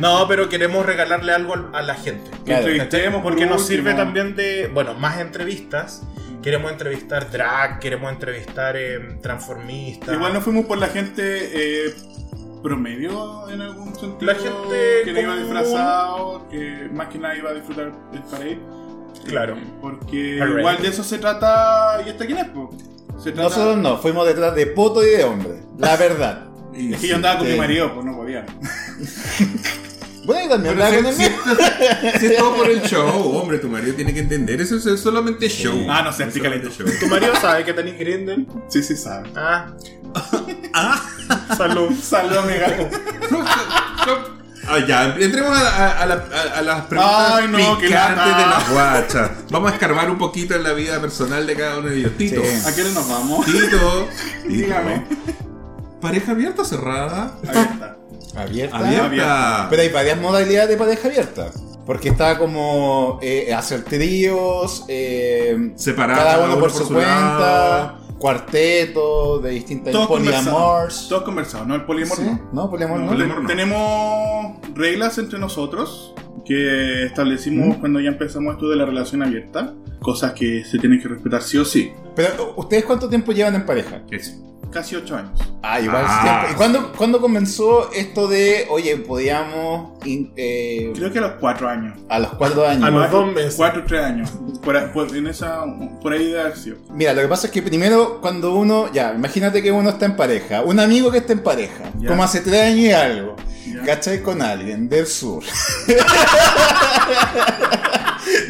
No, pero queremos regalarle algo al- a la gente.
Que
entrevistemos
Porque
por
nos
último.
sirve también de, bueno, más entrevistas. Queremos entrevistar drag, queremos entrevistar em, transformistas.
Igual no fuimos por la gente eh, promedio en algún sentido.
La gente
que no iba
común.
disfrazado, que más que nada iba a disfrutar el parade. Eh,
Claro.
Porque
Parade.
igual de eso se trata. ¿Y hasta quién es? po? Se trata.
Nosotros no, fuimos detrás de puto y de hombre. La verdad.
Y
Es que yo andaba con
Sí.
mi marido, pues no podía.
Bueno, y también
Pero
hablaba con el
si- si-
mío.
si- si es todo por el show, hombre, tu marido tiene que entender. Eso es solamente show.
Ah, no sé,
Es
explícale
solamente
tú.
show.
¿Tu marido sabe que tenés Grindel?
Sí, sí, sabe.
Ah. Salud.
Salud, amiga.
Ah, ya, entremos a, a- a la- a- a las preguntas
Ay, no, qué
picantes
lata.
de las guachas. Vamos a escarbar un poquito en la vida personal de cada uno de ellos. Tito,
Sí.
¿A qué hora nos vamos?
Tito, Tito.
Dígame.
¿Pareja abierta o cerrada?
Abierta.
Abierta.
Abierta.
Abierta.
Pero hay varias modalidades de pareja abierta. Porque está como eh, hacer tríos, eh,
Separada,
cada uno por su cuenta,
lado.
cuarteto de distintas
Todos
poliamors.
conversados. Todos conversados, ¿no? El poliamor
Sí,
no.
No, poliamor no.
No,
Tene-
amor no.
Tenemos reglas entre nosotros que establecimos cuando ya empezamos esto de la relación abierta, cosas que se tienen que respetar sí o sí.
Pero, ¿ustedes cuánto tiempo llevan en pareja?
Eso.
Casi ocho años.
Ah, igual
Ah.
siempre. ¿Y cuándo, cuándo comenzó esto de, oye, podíamos in- eh,
Creo que a los cuatro años.
a los cuatro años?
A los
Cuatro-
dos meses.
Cuatro o tres años. Por, a- por- en esa, por ahí de acción.
Mira, lo que pasa es que primero cuando uno, ya, imagínate que uno está en pareja, un amigo que está en pareja,
Ya.
como hace tres años y algo,
Ya.
¿cachai? Con alguien del sur.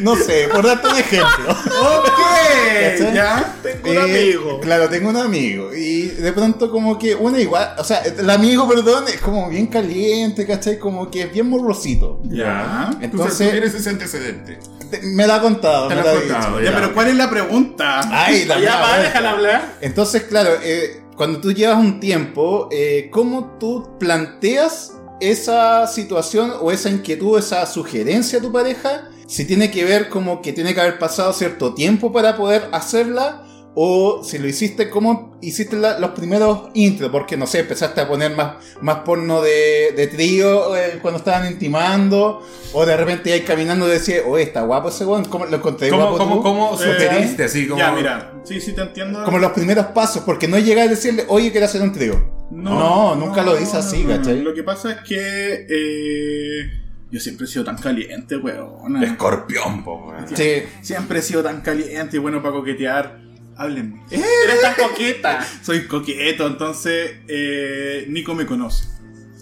no sé, por darte un ejemplo.
¡Ok! ¿Ya?
Tengo un
Eh,
amigo.
Claro, tengo un amigo. Y de pronto como que uno igual, o sea, el amigo, perdón, es como bien caliente, ¿cachai? Como que es bien morrosito.
Ya. Entonces,
Entonces-
tú tienes ese antecedente.
Te- Me lo ha contado,
Te
me
lo
lo ha
has
dicho.
contado.
Ya, pero ¿cuál es la pregunta?
Ay, la
Ah, Ya,
mera
va,
vuelta.
déjala hablar.
Entonces, claro, eh, cuando tú llevas un tiempo, eh, ¿cómo tú planteas esa situación o esa inquietud, esa sugerencia a tu pareja? Si tiene que ver como que tiene que haber pasado cierto tiempo para poder hacerla. O si lo hiciste, ¿cómo hiciste la- los primeros intros? Porque, no sé, empezaste a poner más, más porno de, de trío eh, cuando estaban intimando. O de repente ahí caminando y decías, oye, está guapo ese weón. ¿Cómo lo encontré
¿Cómo,
guapo
cómo,
tú?"
cómo sugeriste así? Como,
Eh, Ya, mira. Sí, sí, te entiendo.
como los primeros pasos, porque no llega a decirle, oye, quiero hacer un trío. No, nunca lo dice así, ¿cachai?
Lo que pasa es que eh, yo siempre he sido tan caliente, weón.
Escorpión, po, weón.
Sí.
Siempre he sido tan caliente y bueno para coquetear. Háblenme.
¿Eh?
Eres tan coqueta.
Soy coqueto, entonces eh, Nico me conoce.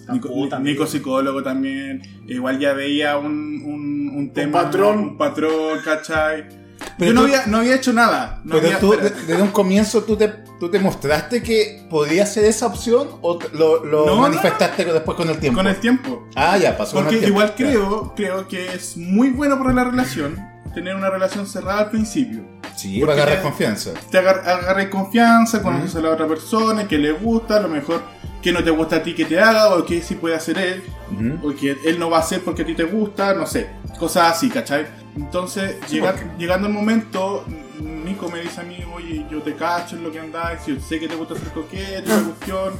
Nico,
puta,
Nico
amigo.
psicólogo también. Igual ya veía un, un, un tema.
patrón.
Un patrón, ¿cachai?
Pero
Yo no
tú-
había, no había hecho nada. No
Pero
había-
tú, de-
espérate.
desde un comienzo, tú te, tú te mostraste que podía ser esa opción o t- lo, lo
No, no,
manifestaste después con el tiempo.
con el tiempo.
Ah, ya pasó. con el
Porque
tiempo.
igual creo, creo que es muy bueno para la relación tener una relación cerrada al principio.
Sí,
porque
para agarrar
ya-
confianza.
te agar agarres confianza, conoces a la otra persona, que le gusta, a lo mejor que no te gusta a ti que te haga, o que sí puede hacer él,
Ujú.
o que él no va a hacer porque a ti te gusta, no sé, cosas así, ¿cachai? Entonces, llega- llegando el momento, Nico me dice a mí, oye, yo te cacho en lo que andás, yo sé que te gusta hacer coquete, la cuestión,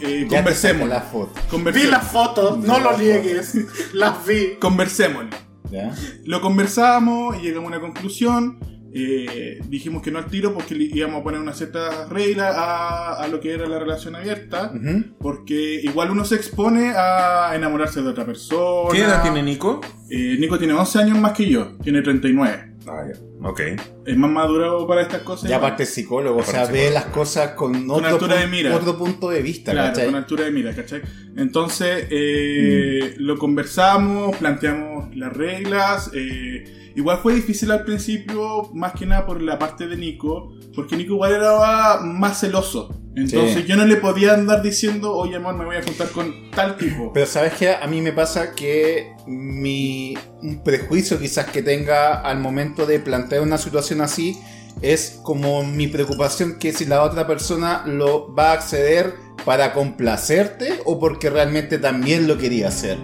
eh,
Ya te saco
conversemos,
la foto.
Vi las fotos, no lo niegues. Las vi.
conversémoslo.
¿ya?
Lo conversamos y llegamos a una conclusión. eh, dijimos que no al tiro porque le íbamos a poner una cierta regla a, a lo que era la relación abierta.
Ujú.
Porque igual uno se expone a enamorarse de otra persona.
¿Qué edad tiene Nico?
Eh, Nico tiene 11 años más que yo, tiene 39.
Ah, ya. Ok.
Es más maduro para estas cosas.
Y
igual.
aparte es psicólogo, o
Aparte
sea, ve
psicólogo.
las cosas con
Con
otro,
altura
pun-
de mira.
otro punto de vista,
Claro,
¿cachai?
con altura de mira, ¿cachai? Entonces, eh,
Mm.
lo conversamos, planteamos las reglas. eh, igual fue difícil al principio, más que nada por la parte de Nico, porque Nico igual era más celoso. Entonces,
Sí.
yo no le podía andar diciendo, oye, amor, me voy a juntar con tal tipo.
Pero sabes que a mí me pasa que mi un prejuicio quizás que tenga al momento de plantear una situación así es como mi preocupación que si la otra persona lo va a acceder para complacerte o porque realmente también lo quería hacer.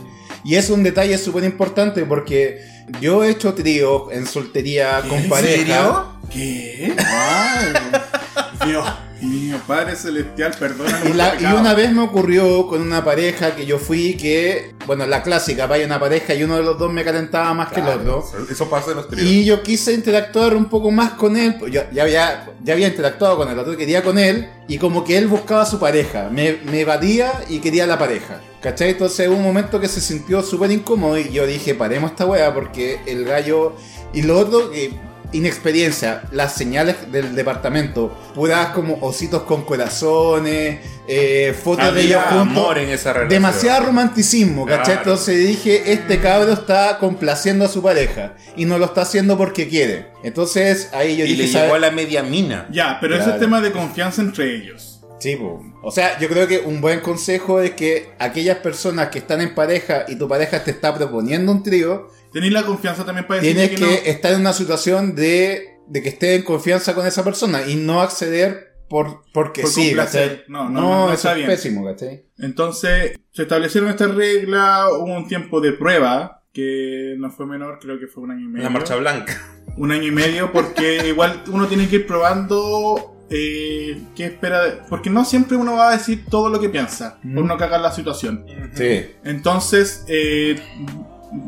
Y es un detalle súper importante porque yo he hecho trío en soltería con pareja.
¿Qué?
Ah,
Dios mío, Padre Celestial, perdona.
Y, la- y una vez me ocurrió con una pareja que yo fui que, bueno, la clásica, vaya una pareja y uno de los dos me calentaba más que el otro.
Eso- Eso pasa en los tríos.
Y yo quise interactuar un poco más con él, pues yo ya había, ya había interactuado con el otro, quería con él, y como que él buscaba a su pareja, me, me evadía y quería a la pareja. ¿Cachai? Entonces hubo un momento que se sintió súper incómodo y yo dije, paremos esta wea porque el gallo... Y lo otro, que inexperiencia, las señales del departamento, puras como ositos con corazones, eh, fotos de ellos
Había
juntos.
amor en esa relación.
Demasiado romanticismo, ¿cachai?
Claro.
Entonces dije, este cabro está complaciendo a su pareja y no lo está haciendo porque quiere. Entonces ahí yo
Y
dije,
le
¿sabes?
llegó a la media mina.
Ya, pero ese
Claro.
es tema de confianza entre ellos.
Sí, po. o sea, yo creo que un buen consejo es que aquellas personas que están en pareja y tu pareja te está proponiendo un trío,
Tenéis la confianza también para decirle
tienes
que,
que,
no.
estar en una situación de, de que estés en confianza con esa persona y no acceder por, porque
Por
sí,
complacer.
¿cachai?
No, no, no, no
eso
está
es
bien.
pésimo, ¿cachai?
Entonces, se establecieron estas reglas, hubo un tiempo de prueba, que no fue menor, creo que fue un año y medio.
La marcha blanca.
Un año y medio, porque igual uno tiene que ir probando eh, qué espera. de- Porque no siempre uno va a decir todo lo que piensa,
Mm.
por no cagar la situación.
Sí.
Entonces, eh,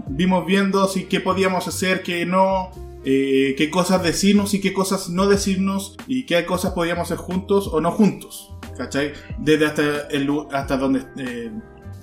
vimos viendo si qué podíamos hacer, qué no, eh, qué cosas decirnos y qué cosas no decirnos, y qué cosas podíamos hacer juntos o no juntos. ¿Cachai? Desde hasta, el, lu- hasta donde, eh,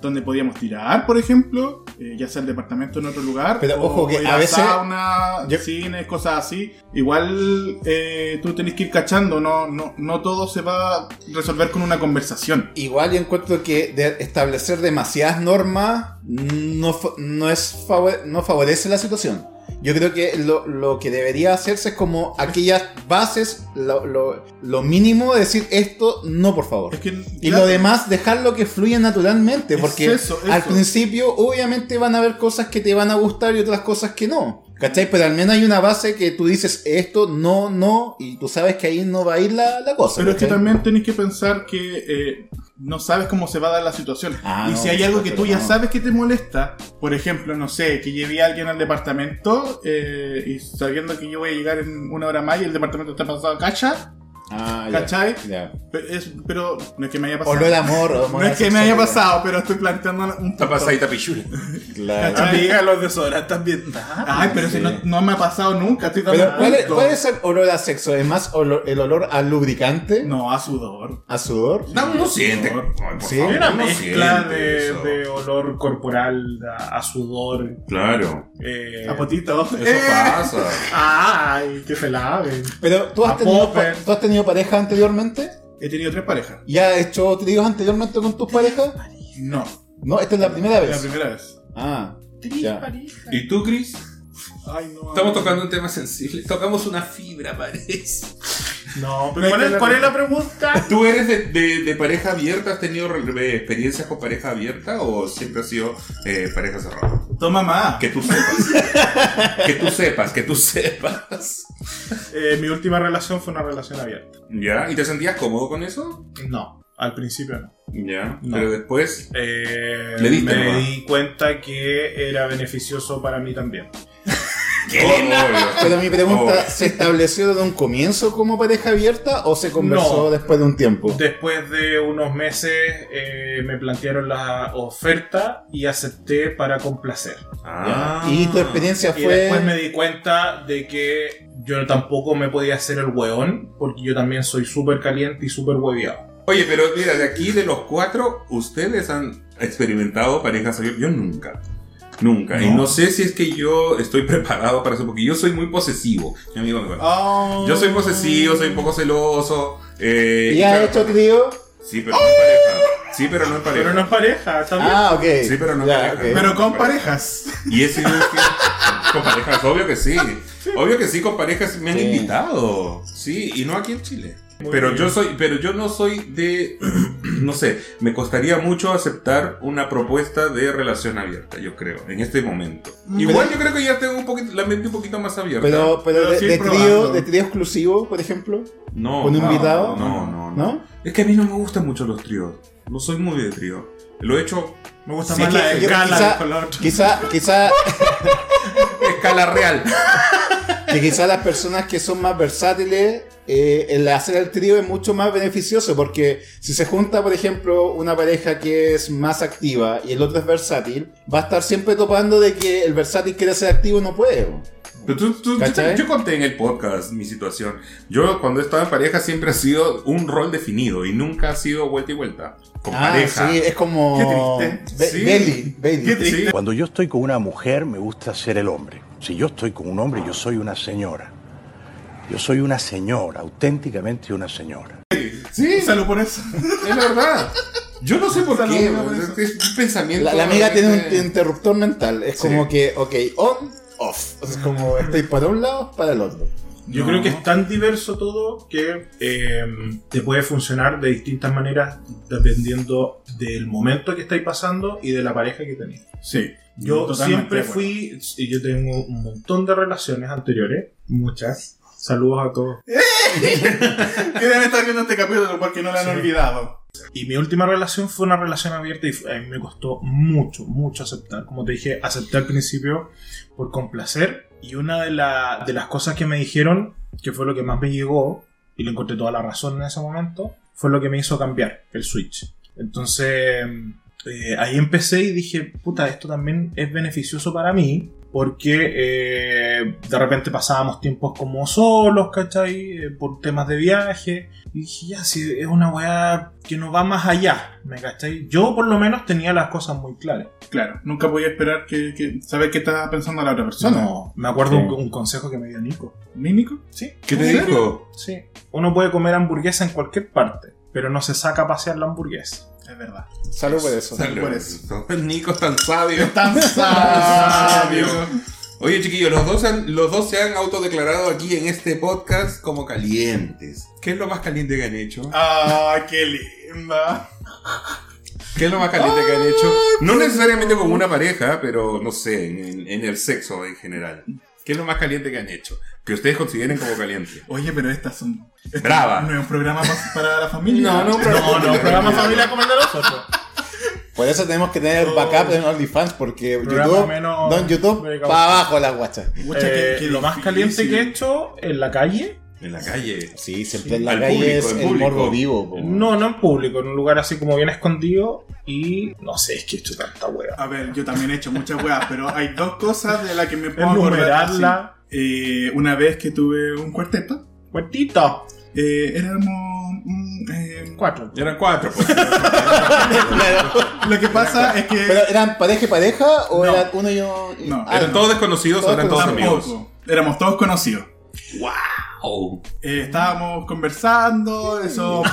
donde podíamos tirar, por ejemplo, eh, ya sea el departamento en otro lugar,
Pero
o
ojo que
ir
a veces-
sauna,
yo-
cines, cosas así. Igual eh, tú tenés que ir cachando, no, no, no todo se va a resolver con una conversación.
Igual yo encuentro que de- establecer demasiadas normas no, fa- no, es favo- no favorece la situación. Yo creo que lo, lo que debería hacerse es como aquellas bases, lo, lo- lo mínimo, de decir esto no, por favor.
Es que,
Y
claro,
lo demás, dejarlo que fluya naturalmente,
Es
porque
eso, eso.
al principio obviamente van a haber cosas que te van a gustar y otras cosas que no. ¿Cachai? Pero al menos hay una base que tú dices esto, no, no, y tú sabes que ahí no va a ir la, la cosa.
Pero es que
¿cachai?
también tenés que pensar que eh, no sabes cómo se va a dar la situación.
Ah,
y
no,
si hay algo que tú ya
no.
sabes que te molesta, por ejemplo, no sé, que llevé a alguien al departamento eh, y sabiendo que yo voy a llegar en una hora más y el departamento está pasado cacha,
Ah, ya,
¿cachai?
ya.
Pero, es- pero no es que me haya pasado.
Olor a amor. o amor
no es que me
asexual.
haya pasado, pero estoy planteando un
Está
punto.
pasadita pichula.
Claro.
Amiga, los desodorantes bien.
Ay, pero si no, no me ha pasado nunca, estoy dando
Pero, ¿cuál, es,
punto.
cuál es el olor a sexo? ¿Es más olor- el olor a lubricante?
No, a sudor.
¿A sudor?
No, no siente.
Sí.
Ay, por
Sí.
favor,
Una
no
mezcla
siente
de,
eso.
de olor corporal a, a sudor.
Claro.
eh,
A potito.
Eso pasa.
Ay, que se lave.
Pero ¿tú
A
has, tenido,
popper.
pa- ¿tú has tenido pareja anteriormente?
He tenido tres parejas.
¿Ya has hecho tríos anteriormente con tus parejas?
No,
No, esta es la primera
es la
vez.
primera vez.
Ah, ya.
¿Y tú, Chris?
Ay, no.
Estamos tocando un tema sensible. Tocamos una fibra, parece.
No, pero ¿cuál es, cuál es la pregunta?
¿Tú eres de, de- de pareja abierta? ¿Has tenido re- experiencias con pareja abierta o siempre has sido eh, pareja cerrada?
Toma más.
Que tú sepas. que tú sepas, que tú sepas.
Eh, mi última relación fue una relación abierta.
¿Ya? ¿Y te sentías cómodo con eso?
No, al principio no.
Ya.
No.
Pero después.
Eh,
Le diste
me
nomás.
di cuenta que era beneficioso para mí también.
Oh, obvio.
Pero mi pregunta,
Oh.
¿se estableció desde un comienzo como pareja abierta o se conversó
No.
después de un
Oh.
tiempo?
Después de unos meses eh, me plantearon la oferta y acepté para complacer.
Ah.
¿Y tu experiencia
Y
fue...?
después me di cuenta de que yo tampoco me podía hacer el hueón porque yo también soy súper caliente y súper hueveado.
Oye, pero mira, de aquí de los cuatro, ustedes han experimentado parejas abiertas. Yo nunca. Nunca. Y
No.
no sé si es que yo estoy preparado para eso, porque yo soy muy posesivo. Mi amigo me conoce.
Oh.
Yo soy posesivo, soy un poco celoso. Eh, y
¿Ya has
claro,
hecho trío?
Sí, pero no en pareja. Sí, pero no en pareja.
Pero no es pareja, está bien.
Ah, ok.
Sí, pero no
Ya,
pareja.
ok.
Pero con parejas.
Y ese yo es que- con parejas, obvio que sí. Obvio que sí, con parejas me han
Sí.
invitado. Sí, y no aquí en Chile.
Muy
pero
bien.
yo soy, pero yo no soy de, no sé, me costaría mucho aceptar una propuesta de relación abierta, yo creo, en este momento. Igual yo creo que ya tengo un poquito, la mente un poquito más abierta.
Mm. Pero, pero
Pero
de,
sí
de
probando.
trío, de trío exclusivo, por ejemplo,
no,
con un
no,
invitado?
No, no, no,
¿no?
Es que a mí no me gustan mucho los tríos. No soy muy de trío. Lo he hecho
Me gusta
Sí,
más
que
la
yo
escala
quizá-
de color.
Quizá, quizá,
a escala real.
que quizá las personas que son más versátiles, eh, el hacer el trío es mucho más beneficioso porque si se junta, por ejemplo, una pareja que es más activa y el otro es versátil, va a estar siempre topando de que el versátil quiere ser activo y no puede.
Pero tú- tú- yo,
¿Cachai?
yo conté en el podcast mi situación. Yo cuando he estado en pareja siempre ha sido un rol definido y nunca ha sido vuelta y vuelta. Con pareja.
Ah, sí, es como
Qué triste.
Be-
Sí.
Belly, Belly.
Sí.
Cuando yo estoy con una mujer, me gusta ser el hombre. Si yo estoy con un hombre, yo soy una señora. Yo soy una señora, auténticamente una señora.
Sí,
Salud por eso.
es la verdad. Yo no sé por
Salud,
qué.
una
pues,
vez.
Es, que es un pensamiento.
La, la amiga tiene un
realmente-
interruptor mental. Es
Sí.
como que, ok, on, off. Es como estoy para un lado, para el otro.
Yo
No.
creo que es tan diverso todo que eh, te puede funcionar de distintas maneras dependiendo del momento que estáis pasando y de la pareja que tenéis.
Sí.
Yo
totalmente
siempre
de acuerdo.
fui, y yo tengo un montón de relaciones anteriores, muchas. Saludos a todos.
Que deben estar viendo este capítulo porque no lo han
Sí.
olvidado.
Y mi última relación fue una relación abierta y fue- a mí me costó mucho, mucho aceptar. Como te dije, acepté al principio por complacer. Y una de, la- de las cosas que me dijeron, que fue lo que más me llegó, y le encontré toda la razón en ese momento, fue lo que me hizo cambiar el switch. Entonces, eh, ahí empecé y dije, puta, esto también es beneficioso para mí. Porque eh, de repente pasábamos tiempos como solos, ¿cachai? Eh, por temas de viaje. Y dije, ya, si es una weá que no va más allá, ¿me cachai? Yo por lo menos tenía las cosas muy claras.
Claro, nunca podía esperar que, que- saber qué estaba pensando la otra persona.
No, me
Sí.
acuerdo un, un consejo que me dio Nico.
¿Mímico?
Sí,
¿Qué te
¿En serio?
dijo?
sí. Uno puede comer hamburguesa en cualquier parte, pero no se saca a pasear la hamburguesa.
Es verdad.
Salud por eso.
Salud.
por eso.
pues, Nico es tan sabio.
Tan
sabio.
sabio.
Oye, chiquillos, los dos, han- los dos se han autodeclarado aquí en este podcast como calientes. ¿Qué es lo más caliente que han hecho?
Ah, qué linda.
¿Qué es lo más caliente que han hecho? No necesariamente como una pareja, pero no sé, en, en el sexo en general. ¿Qué es lo más caliente que han hecho? Que ustedes consideren como caliente.
Oye, pero estas son. esto
Brava.
No es un programa pa- para la familia.
No, no, pero-
no. no,
programa familia como el de nosotros.
Por eso tenemos que tener
Oh.
backup en OnlyFans porque
Programa
YouTube,
menos
don YouTube,
dedicado.
para abajo las guachas.
Pucha,
Eh,
qué- qué
lo más caliente
difícil.
que he hecho en la calle,
En la calle.
Sí, siempre en
Al
la calle
público,
es
al
el
público.
morbo vivo. po.
no, no en público, en un lugar así como bien escondido y no sé, es que he hecho tanta weá.
A ver, yo también he hecho muchas weas, pero hay dos cosas de las que me puedo acordar.
Enumerarla.
así. Eh, una vez que tuve un cuarteto,
Cuartito.
eh, éramos. mm, eh,
Cuatro.
Eran cuatro, pues.
lo que pasa es que.
Pero eran pareja y pareja o
No.
eran uno y uno. y- ah,
No,
Eran todos desconocidos, o eran todos amigos.
tampoco. Éramos todos conocidos.
Au.
Eh, estábamos conversando, eso.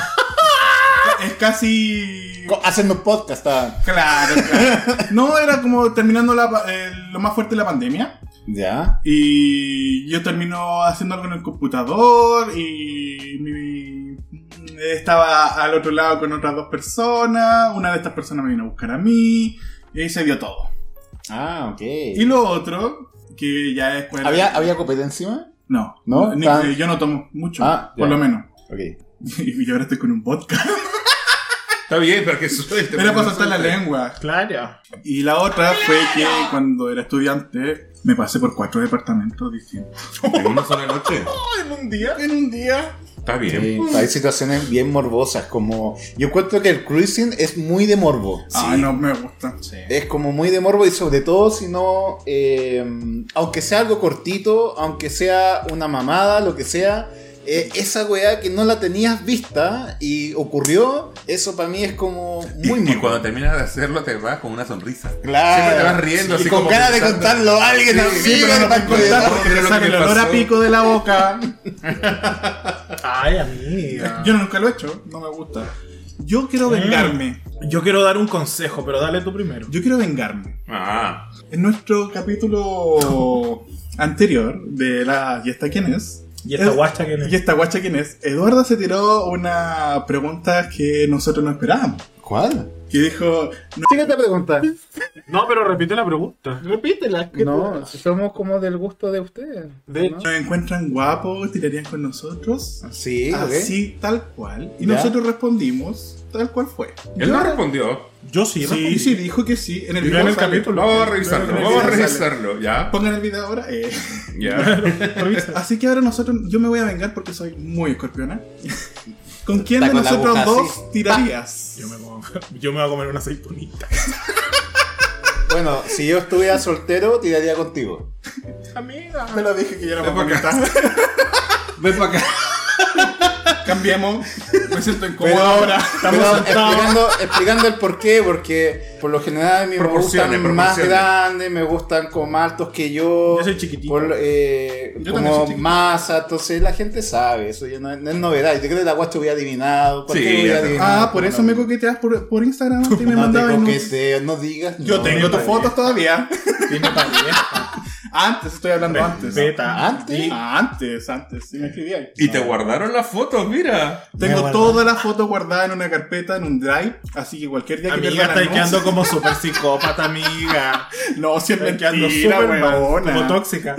es casi.
Co- Haciendo un podcast, ah.
Claro, claro. No, era como terminando la pa- eh, lo más fuerte de la pandemia.
Ya.
Y yo termino haciendo algo en el computador y mi- estaba al otro lado con otras dos personas. Una de estas personas me vino a buscar a mí y ahí se dio todo.
Ah, ok.
Y lo otro, que ya es... cuando-
¿Había, ¿Había copete encima?
No,
¿No?
ni-
Tan-
yo no tomo mucho,
Ah,
por
ya.
lo menos.
Ok.
Y ahora estoy con un vodka.
Está bien, pero que suelte. pues,
Era para
porque
soltar la
suelte.
lengua.
Claro.
Y la otra fue que cuando era estudiante me pasé por cuatro departamentos distintos.
En una sola noche.
¿En un día? En un día.
Está bien.
Sí, hay situaciones bien morbosas, como yo encuentro que el cruising es muy de morbo.
Ah, no me gusta.
Es como muy de morbo y sobre todo si no, eh, aunque sea algo cortito, aunque sea una mamada, lo que sea, eh, esa weá que no la tenías vista y ocurrió Eso para mí es como
Y,
muy
y
malo.
cuando terminas de hacerlo, te vas con una sonrisa.
Claro.
Siempre te vas riendo.
Y
así
con
como
ganas de
pensando.
contarlo a alguien,
Sí,
amigo,
sí, pero no
que
lo
están
puedes
cuidando.
contar.
Porque le
Pero lo
sale
que
el olor a
pasó-
pico de la boca.
Ay, amiga.
Yo nunca lo he hecho, no me gusta. Yo
Mm.
quiero vengarme.
Yo quiero dar un consejo, pero dale tú primero.
Yo quiero vengarme.
Ah,
En nuestro capítulo anterior de la ¿Y esta quién es?
¿Y esta
Eh,
guacha quién es?
¿Y esta guacha quién es? Eduarda se tiró una pregunta que nosotros no esperábamos.
¿Cuál?
Que dijo,
¿Qué te pregunta?
No, pero repite la pregunta.
Repítela. No, somos como del gusto de ustedes.
De
¿no?
¿nos encuentran guapos? ¿Tirarían con nosotros?
Sí,
Ah,
ok.
Así, tal cual. Y
Ya.
nosotros respondimos tal cual fue.
él no respondió.
Yo sí,
Sí, sí, dijo que sí. En el,
Yo
video
en el
sale.
capítulo.
Vamos a revisarlo,
Pero-
vamos a
Sale.
revisarlo. Ya,
Pongan el video ahora. eh.
ya.
Así que ahora nosotros, yo me voy a vengar porque soy muy escorpiona. ¿Con quién de
Está con la
nosotros
boca
dos
así.
tirarías?
Yo me, voy a- yo me voy a comer una aceitunita.
Bueno, si yo estuviera soltero, tiraría contigo.
Amiga.
Me lo dije que ya
Ven
era
pa' acá.
bonita.
Ven para acá.
Cambiemos. Me siento incómodo
Pero-
ahora.
Pero
Estamos sentados.
explicando, explicando el por qué, porque por lo general a mí me
Proporciones,
gustan más
proporciones.
grandes, me gustan con más altos que yo.
Yo soy chiquitito.
por, eh,
Yo también soy
como
chiquitito.
masa, entonces la gente sabe, eso ya no, es- no es novedad. Yo creo que la guacha hubiera adivinado. cualquiera
Sí,
hubiera
ya sé.
adivinado.
Ah, por eso me coqueteas por, por Instagram y me
No te
mandabas nudes.
coqueteo, no digas.
Yo
no,
tengo
no
tus
digas.
fotos todavía.
Tiene pareja.
Antes, estoy hablando antes.
Beta.
¿Antes?
Antes, antes. Sí, me escribí ahí.
Y te guardaron las fotos, mira.
Tengo
guardaron.
todas las fotos guardadas en una carpeta, en un drive. Así que cualquier día que
Amiga,
pierda la
estáis
noche-
quedando como super psicópata, amiga.
No, siempre
Estáis quedando
quedando
super
súper
como
babona.
tóxica.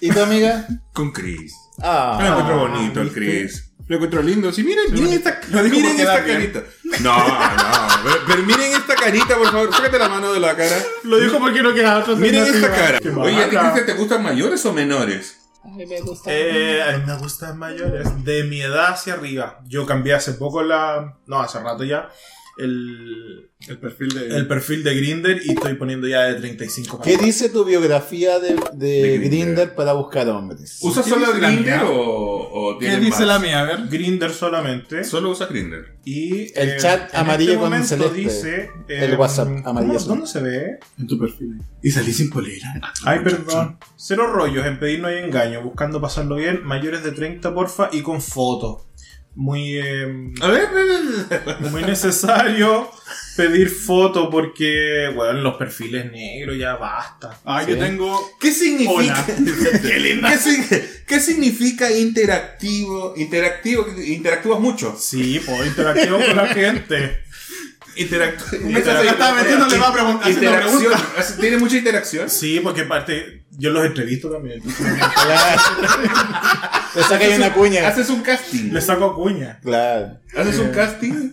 ¿Y tu amiga?
Con Chris. Lo
Ah,
encuentro bonito el Chris. Lo encuentro lindo. Sí, miren, miren esta,
Lo dijo
miren
porque
esta
da bien.
carita. No, no. Pero, pero miren esta carita, por favor. Sácate la mano de la cara.
Lo dijo porque no queda otro.
Miren esta
alternativa.
cara.
Qué
Oye, ¿a ti,
mala.
Cristian, ¿te gustan mayores o menores?
Eh, a mí me gustan mayores. De mi edad hacia arriba. Yo cambié hace poco la. No, hace rato ya. El,
El perfil de.
el perfil de Grinder y estoy poniendo ya de 35 para
¿qué
abajo.
dice tu biografía de,
De
de,
Grindr.
Grinder para buscar hombres?
¿Usas
¿Qué
solo
dice la
Grinder
mía?
o, o
¿Qué
tienes
dice
más?
la mía? A ver.
Grinder solamente.
Solo usas Grinder.
Y eh, este
El chat amarillo con
momento
celeste.
dice. em,
El WhatsApp
¿cómo-
amarillo.
¿Dónde se ve?
En tu perfil. Y salí sin polera.
Ay, perdón. Cero rollos, en pedir no hay engaño. Buscando pasarlo bien. Mayores de 30, porfa. Y con foto. Muy. eh,
A ver, eh,
muy necesario pedir foto porque, bueno, los perfiles negros ya basta.
Ah,
Sí.
yo tengo.
¿qué significa?
Hola. Qué linda.
¿Qué, sig- qué significa interactivo? Interactivo, interactúas mucho.
Sí, puedo interactivo con la gente.
Interactúas.
Se estaba metiendo, le va a preguntar. haciendo
Interacción.
preguntas.
¿Tiene mucha interacción?
Sí, porque parte, yo los entrevisto también.
Claro. Te saca ahí una cuña.
Haces un casting.
Le saco cuña.
Claro.
Haces un casting.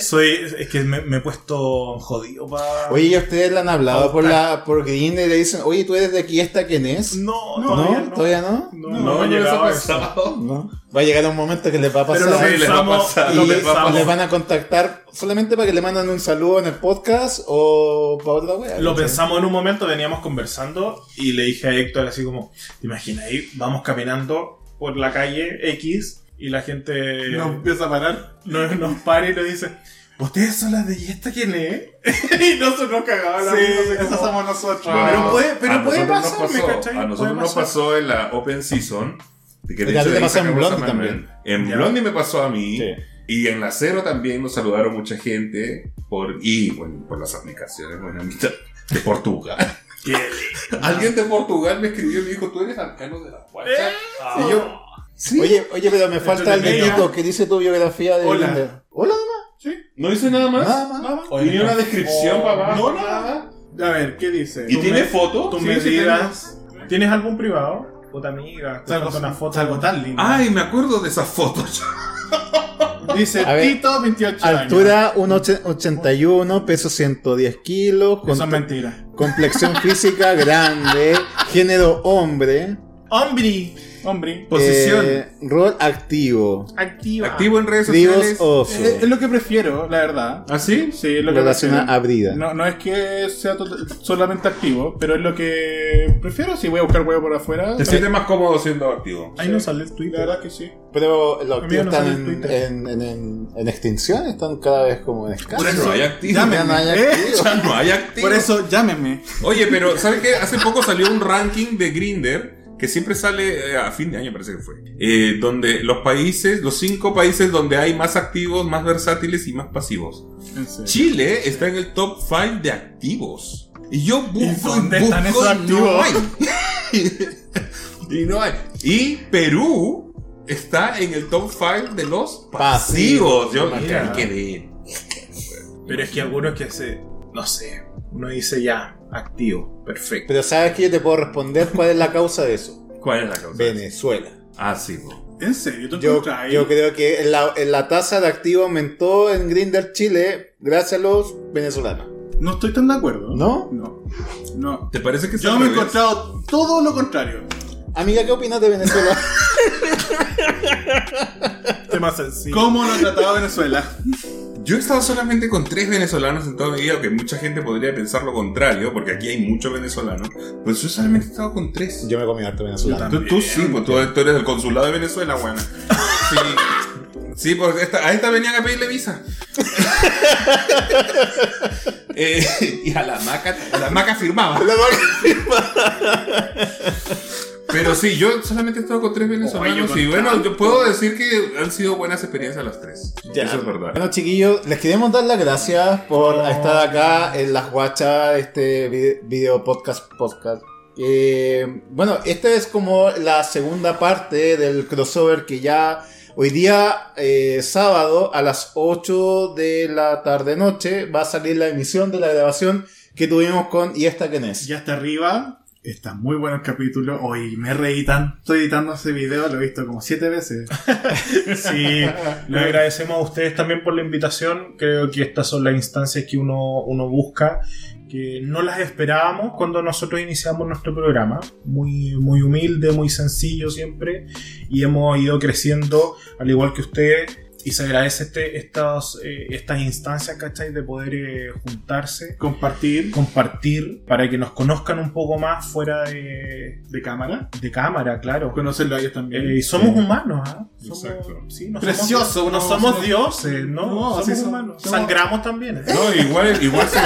Soy, es que me, me he puesto jodido para...
Oye, ¿y ustedes le han hablado por la por Grindr y le dicen, oye, tú eres de aquí, ¿esta quién es?
No,
¿No?
todavía no.
¿Todavía no?
No, no, he llegado a eso.
No. Va a llegar un momento que les va a pasar.
Pero
Sí,
lo
les va a
pensamos,
pasar,
lo
y les
pensamos.
van a contactar solamente para que le manden un saludo en el podcast o para otra wea.
Lo
¿cachai?
pensamos en un momento, veníamos conversando y le dije a Héctor así como, ¿te imaginas? Ahí vamos caminando por la calle X y la gente
No empieza a parar.
no- nos para y nos dice, ¿ustedes son las de y esta quién es? y nosotros cagados la
Sí,
risa, así
esos
como,
somos nosotros.
Pero puede- pero
Ah, a
puede
nosotros nos
pasar, ¿me
pasó-
cachai?
A nosotros
Puede
nos
pasar.
pasó en la Open Season. de Que
Y a ti te
ahí
pasó en
sacamos
Blondie
a
también.
Manuel. En
Ya.
Blondie me pasó a mí.
Sí.
Y en la cero también nos saludaron mucha gente por y bueno, por las aplicaciones bueno, amistad, de Portugal.
Qué lindo.
Alguien de Portugal me escribió y me dijo, "Tú eres arcano de la WhatsApp."
Ah.
Y yo, sí.
Oye, oye, pero me falta el
Entretenido.
dedito que dice tu biografía de
Hola.
Grindr. Hola,
no hice nada más.
Nada más.
Nada más.
Oye,
Y ni
no.
una descripción para abajo.
Oh. No, nada.
A ver, ¿qué dice?
¿Y
Tú
tiene
me-
foto?
Tus
Sí, sí
medidas. ¿Tienes algún privado? Puta amiga, te
Salgo,
falta una foto.
salgo tan lindo.
Ay, me acuerdo de esas fotos.
pues, Dice
A ver,
Tito, 28 años.
Altura 1,81, peso 110 kilos,
Eso es
con-
mentira.
complexión física grande, género hombre,
Hombre,
Hombre.
posición
Eh, rol activo.
activa.
Activo en redes
Tribos
sociales.
oso.
Es, es lo que prefiero, la verdad.
¿Ah, sí?
Sí, es lo que
Relación
prefiero.
abrida.
No, no es que sea to- solamente activo, pero es lo que prefiero. Si voy a buscar huevo por afuera.
Te sientes más cómodo siendo activo.
Ahí no sale el Twitter. La verdad que sí.
Pero los
Amigo,
activos
no
están
sale en
en,
Twitter.
en, en, en- en extinción, están cada vez como en escaso.
Ya no hay activo.
Ya no hay
¿eh?
activos.
Ya no hay activo.
Por eso, llámenme.
Oye, pero ¿sabes qué? Hace poco salió un ranking de Grinder que siempre sale eh, a fin de año, parece que fue. eh, donde los países, los cinco países donde hay más activos, más versátiles y más pasivos.
En serio.
Chile está en el top 5 de activos. Y yo busco y,
dónde
busco
están
y
esos
no
activos?
hay. y no hay. Y Perú está en el top 5 de los pasivos.
Pasivos.
Yo me
Mira.
quedé.
Pero es que algunos que se. No sé. Uno dice ya, activo. Perfecto.
Pero sabes que yo te puedo responder cuál es la causa de eso.
¿Cuál es la causa?
Venezuela.
Ah, sí. po.
¿En serio? ¿Tú
Yo,
encontrás ahí?
yo creo que la, la tasa de activo aumentó en Grindr Chile gracias a los venezolanos.
No estoy tan de acuerdo.
¿No?
No. No.
¿Te parece que está
Yo
al
me he
revés?
encontrado todo lo contrario.
Amiga, ¿qué opinas de Venezuela?
Tema sencillo.
¿Cómo lo ha tratado Venezuela?
Yo he estado solamente con tres venezolanos en toda mi vida, aunque mucha gente podría pensar lo contrario, porque aquí hay muchos venezolanos. Pues yo solamente he estado con tres.
yo me comí harto venezolano.
Tú, tú sí, pues tú, tú eres del consulado de Venezuela, buena. Sí, sí porque esta- a esta venían a pedirle visa. Eh, y a la maca, a la maca firmaba. Pero sí, yo solamente he estado con tres venezolanos y bueno, yo puedo decir que han sido buenas experiencias las tres. Eso es verdad.
Bueno, chiquillos, les queremos dar las gracias por estar acá en las guachas de este vide- video podcast. podcast. Eh, bueno, esta es como la segunda parte del crossover que ya hoy día, eh, sábado, a las 8 de la tarde-noche, va a salir la emisión de la grabación que tuvimos con ¿Y esta quién es?
Ya está arriba. Está muy bueno el capítulo. Hoy me reí tanto editando ese video. Lo he visto como siete veces.
Sí, le agradecemos a ustedes también por la invitación. Creo que estas son las instancias que uno, uno busca, que no las esperábamos cuando nosotros iniciamos nuestro programa. Muy, muy humilde, muy sencillo siempre. Y hemos ido creciendo, al igual que ustedes. Y se agradece este- estas, eh, estas instancias, ¿cachai? De poder eh, juntarse,
Compartir
compartir, para que nos conozcan un poco más fuera de,
de cámara.
de cámara, claro.
Conocerlo a ellos también.
Eh, y somos humanos, ¿ah? Somos-
Exacto.
sí, no
Precioso,
somos, no
no
somos,
somos-
dioses, ¿no?
No,
somos
sí somos-
humanos.
somos-
Sangramos también. ¿eh?
No, igual, igual se.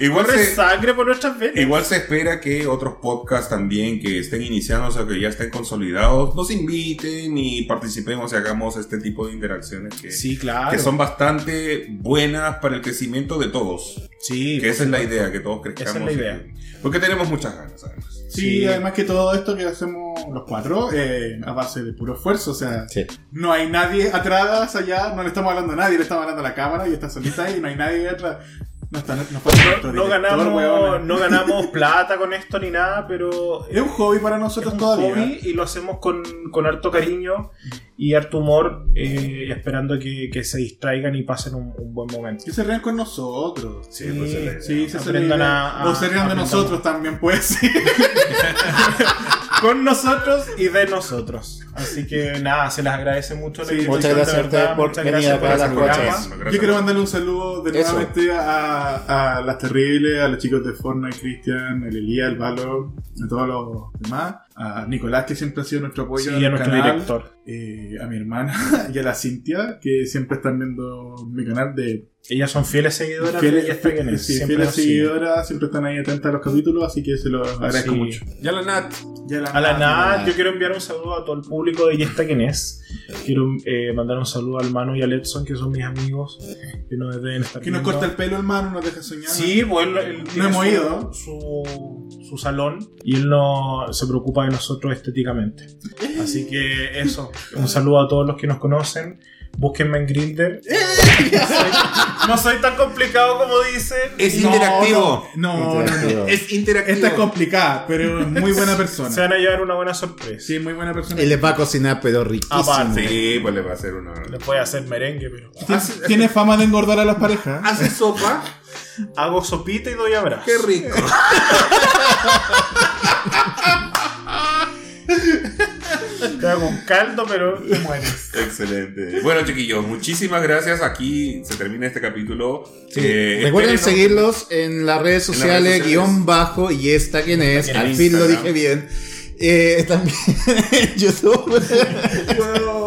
igual
Corre
se.
sangre por nuestras venas.
Igual se espera que otros podcasts también que estén iniciando, o sea, que ya estén consolidados, nos inviten y participemos y hagamos este tipo de interacciones que,
Sí, claro.
que son bastante buenas para el crecimiento de todos.
sí,
que esa es la idea, que todos crezcamos.
Esa es la idea.
Porque tenemos muchas ganas, además.
Sí,
Sí.
además que todo esto que hacemos los cuatro eh, a base de puro esfuerzo, o sea,
Sí.
no hay nadie atrás allá, no le estamos hablando a nadie, le estamos hablando a la cámara y está solita ahí y no hay nadie atrás. No, está, no, falta nuestro
No, no
director,
ganamos,
weón.
no ganamos plata con esto ni nada, pero
Es un hobby para
es
nosotros
un
todavía.
hobby y lo hacemos con, con harto cariño y harto humor, eh, esperando que, que se distraigan y pasen un, un buen momento.
Que se rían con nosotros.
Sí, pues, es la idea.
sí, se
Aprendan
ríen.
a- a-
O se rían de
aprendan.
nosotros también, pues sí.
Con nosotros y de nosotros. Así que nada, se les agradece mucho. la
Sí,
invitación,
muchas
de
gracias a ustedes
verdad,
por
muchas
venir
gracias
acá
por
a las
el programa.
Gracias.
Bueno,
Yo quiero mandarle un saludo de
Eso.
nuevamente a, a las terribles, a los chicos de Fortnite, Cristian, el Elías, el Valo, a todos los demás, a Nicolás que siempre ha sido nuestro apoyo
Sí,
en
a
el
nuestro
canal,
director.
eh, a mi hermana y a la Cintia que siempre están viendo mi canal de
Ellas son fieles seguidoras
fieles,
de Ellas Está Quien Es,
sí,
siempre
fieles
nos siguen.
seguidoras, siempre están ahí atentas a los capítulos, así que se los agradezco
Sí.
mucho.
Ya la Nat.
Y a la,
A la Nat,
Nat.
yo quiero enviar un saludo a todo el público de Yesta Quien Es. Quiero eh, mandar un saludo al Manu y al Edson, que son mis amigos. Que nos deben estar
Que nos
viendo.
corta el pelo, hermano, nos deja soñar.
Sí, pues él, él tiene
hemos
su-
ido.
Su, su salón y él no se preocupa de nosotros estéticamente. Así que eso, un saludo a todos los que nos conocen. Búsquenme en Grindr. No soy- No soy tan complicado como dicen.
Es
No,
interactivo.
Este
No, no, no. no.
Es interactivo.
Esta es complicada, pero es muy buena persona.
Se van a llevar una buena sorpresa.
Sí, muy buena persona.
Y les va a cocinar, pero
Ah,
riquísimo.
Aparte.
Sí, pues le va a hacer una.
Le puede hacer merengue, pero.
Tiene fama de engordar a las parejas.
¿Hace sopa?
Hago sopita y doy abrazo.
¡Qué rico!
como un caldo, pero te mueres.
Excelente. Bueno, chiquillos, muchísimas gracias. Aquí se termina este capítulo.
Sí.
Eh,
Recuerden
espérenos.
seguirlos en las redes
En las redes
sociales,
sociales.
guión bajo, y esta quién es,
quién
al
es,
fin lo
Instagram.
dije bien. Eh, también en YouTube.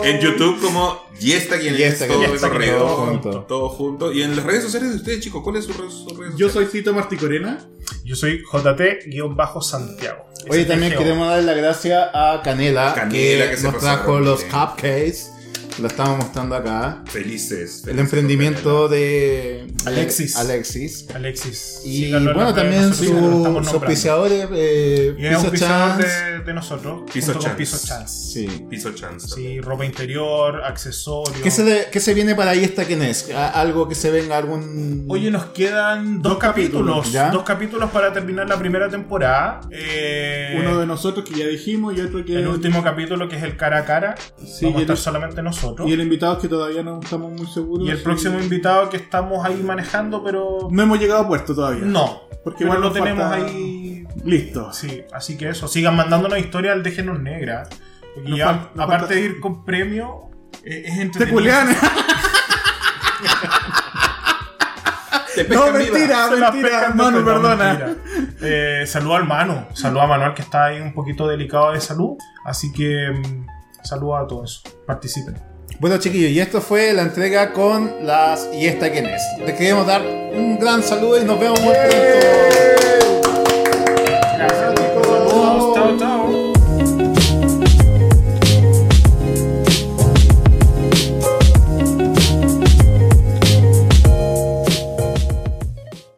En YouTube como Y esta quien
Y
es,
esta
todo
quién es,
en correo,
todo
todo junto.
junto.
Y en las redes sociales de ustedes, chicos, ¿cuáles son sus redes sociales?
Yo soy Cito Marticorena.
Yo soy JT-Santiago.
Oye, también queremos dar la gracia a Canela,
Canela,
que,
que se
nos
pasaron,
trajo los
eh.
cupcakes. Lo estamos mostrando acá.
Felices.
El emprendimiento de de
Alexis.
Alexis.
Alexis.
Y
síganlo en
bueno,
las redes,
también
nosotros
sus
ya lo estamos
sus
nombrando.
auspiciadores, eh,
Y es un
Piso Chance.
de, de nosotros.
Piso
junto con
Chance.
Piso Chance.
Sí.
Piso Chance.
Sí, ropa interior, accesorios.
¿Qué se, le- qué se viene para ahí esta quién es? ¿A- ¿Algo que se venga? ¿Algún...?
Oye, nos quedan dos, capítulos.
¿ya?
Dos capítulos para terminar la primera temporada. Eh,
Uno de nosotros que ya dijimos y otro que.
el último capítulo que es el cara a cara.
Sí,
Vamos a
y el-
estar solamente nosotros.
Y el invitado que todavía no estamos muy seguros.
Y el próximo
Sí.
invitado que estamos ahí manejando, pero
No hemos llegado a puesto todavía.
no. Este
Porque
Porque igual
igual
lo
nos
tenemos
falta-
ahí.
Listo.
Sí, así que eso. Sigan mandándonos historias al Déjenos Negra. Porque
Nos
ya,
fal- nos
aparte
falta-
de ir con premio, eh, es
¡Te
entretenido.
culean! no, mentira,
Se las
mentira,
pescan
hermano,
después, no,
perdona.
mentira. Eh, saludo al Manu. Saludo a Manuel que está ahí un poquito delicado de salud. Así que mm, saludo a todos. Participen.
Bueno, chiquillos, y esto fue la entrega con las... ¿Y esta quién es? Les queremos dar un gran saludo y nos vemos muy pronto.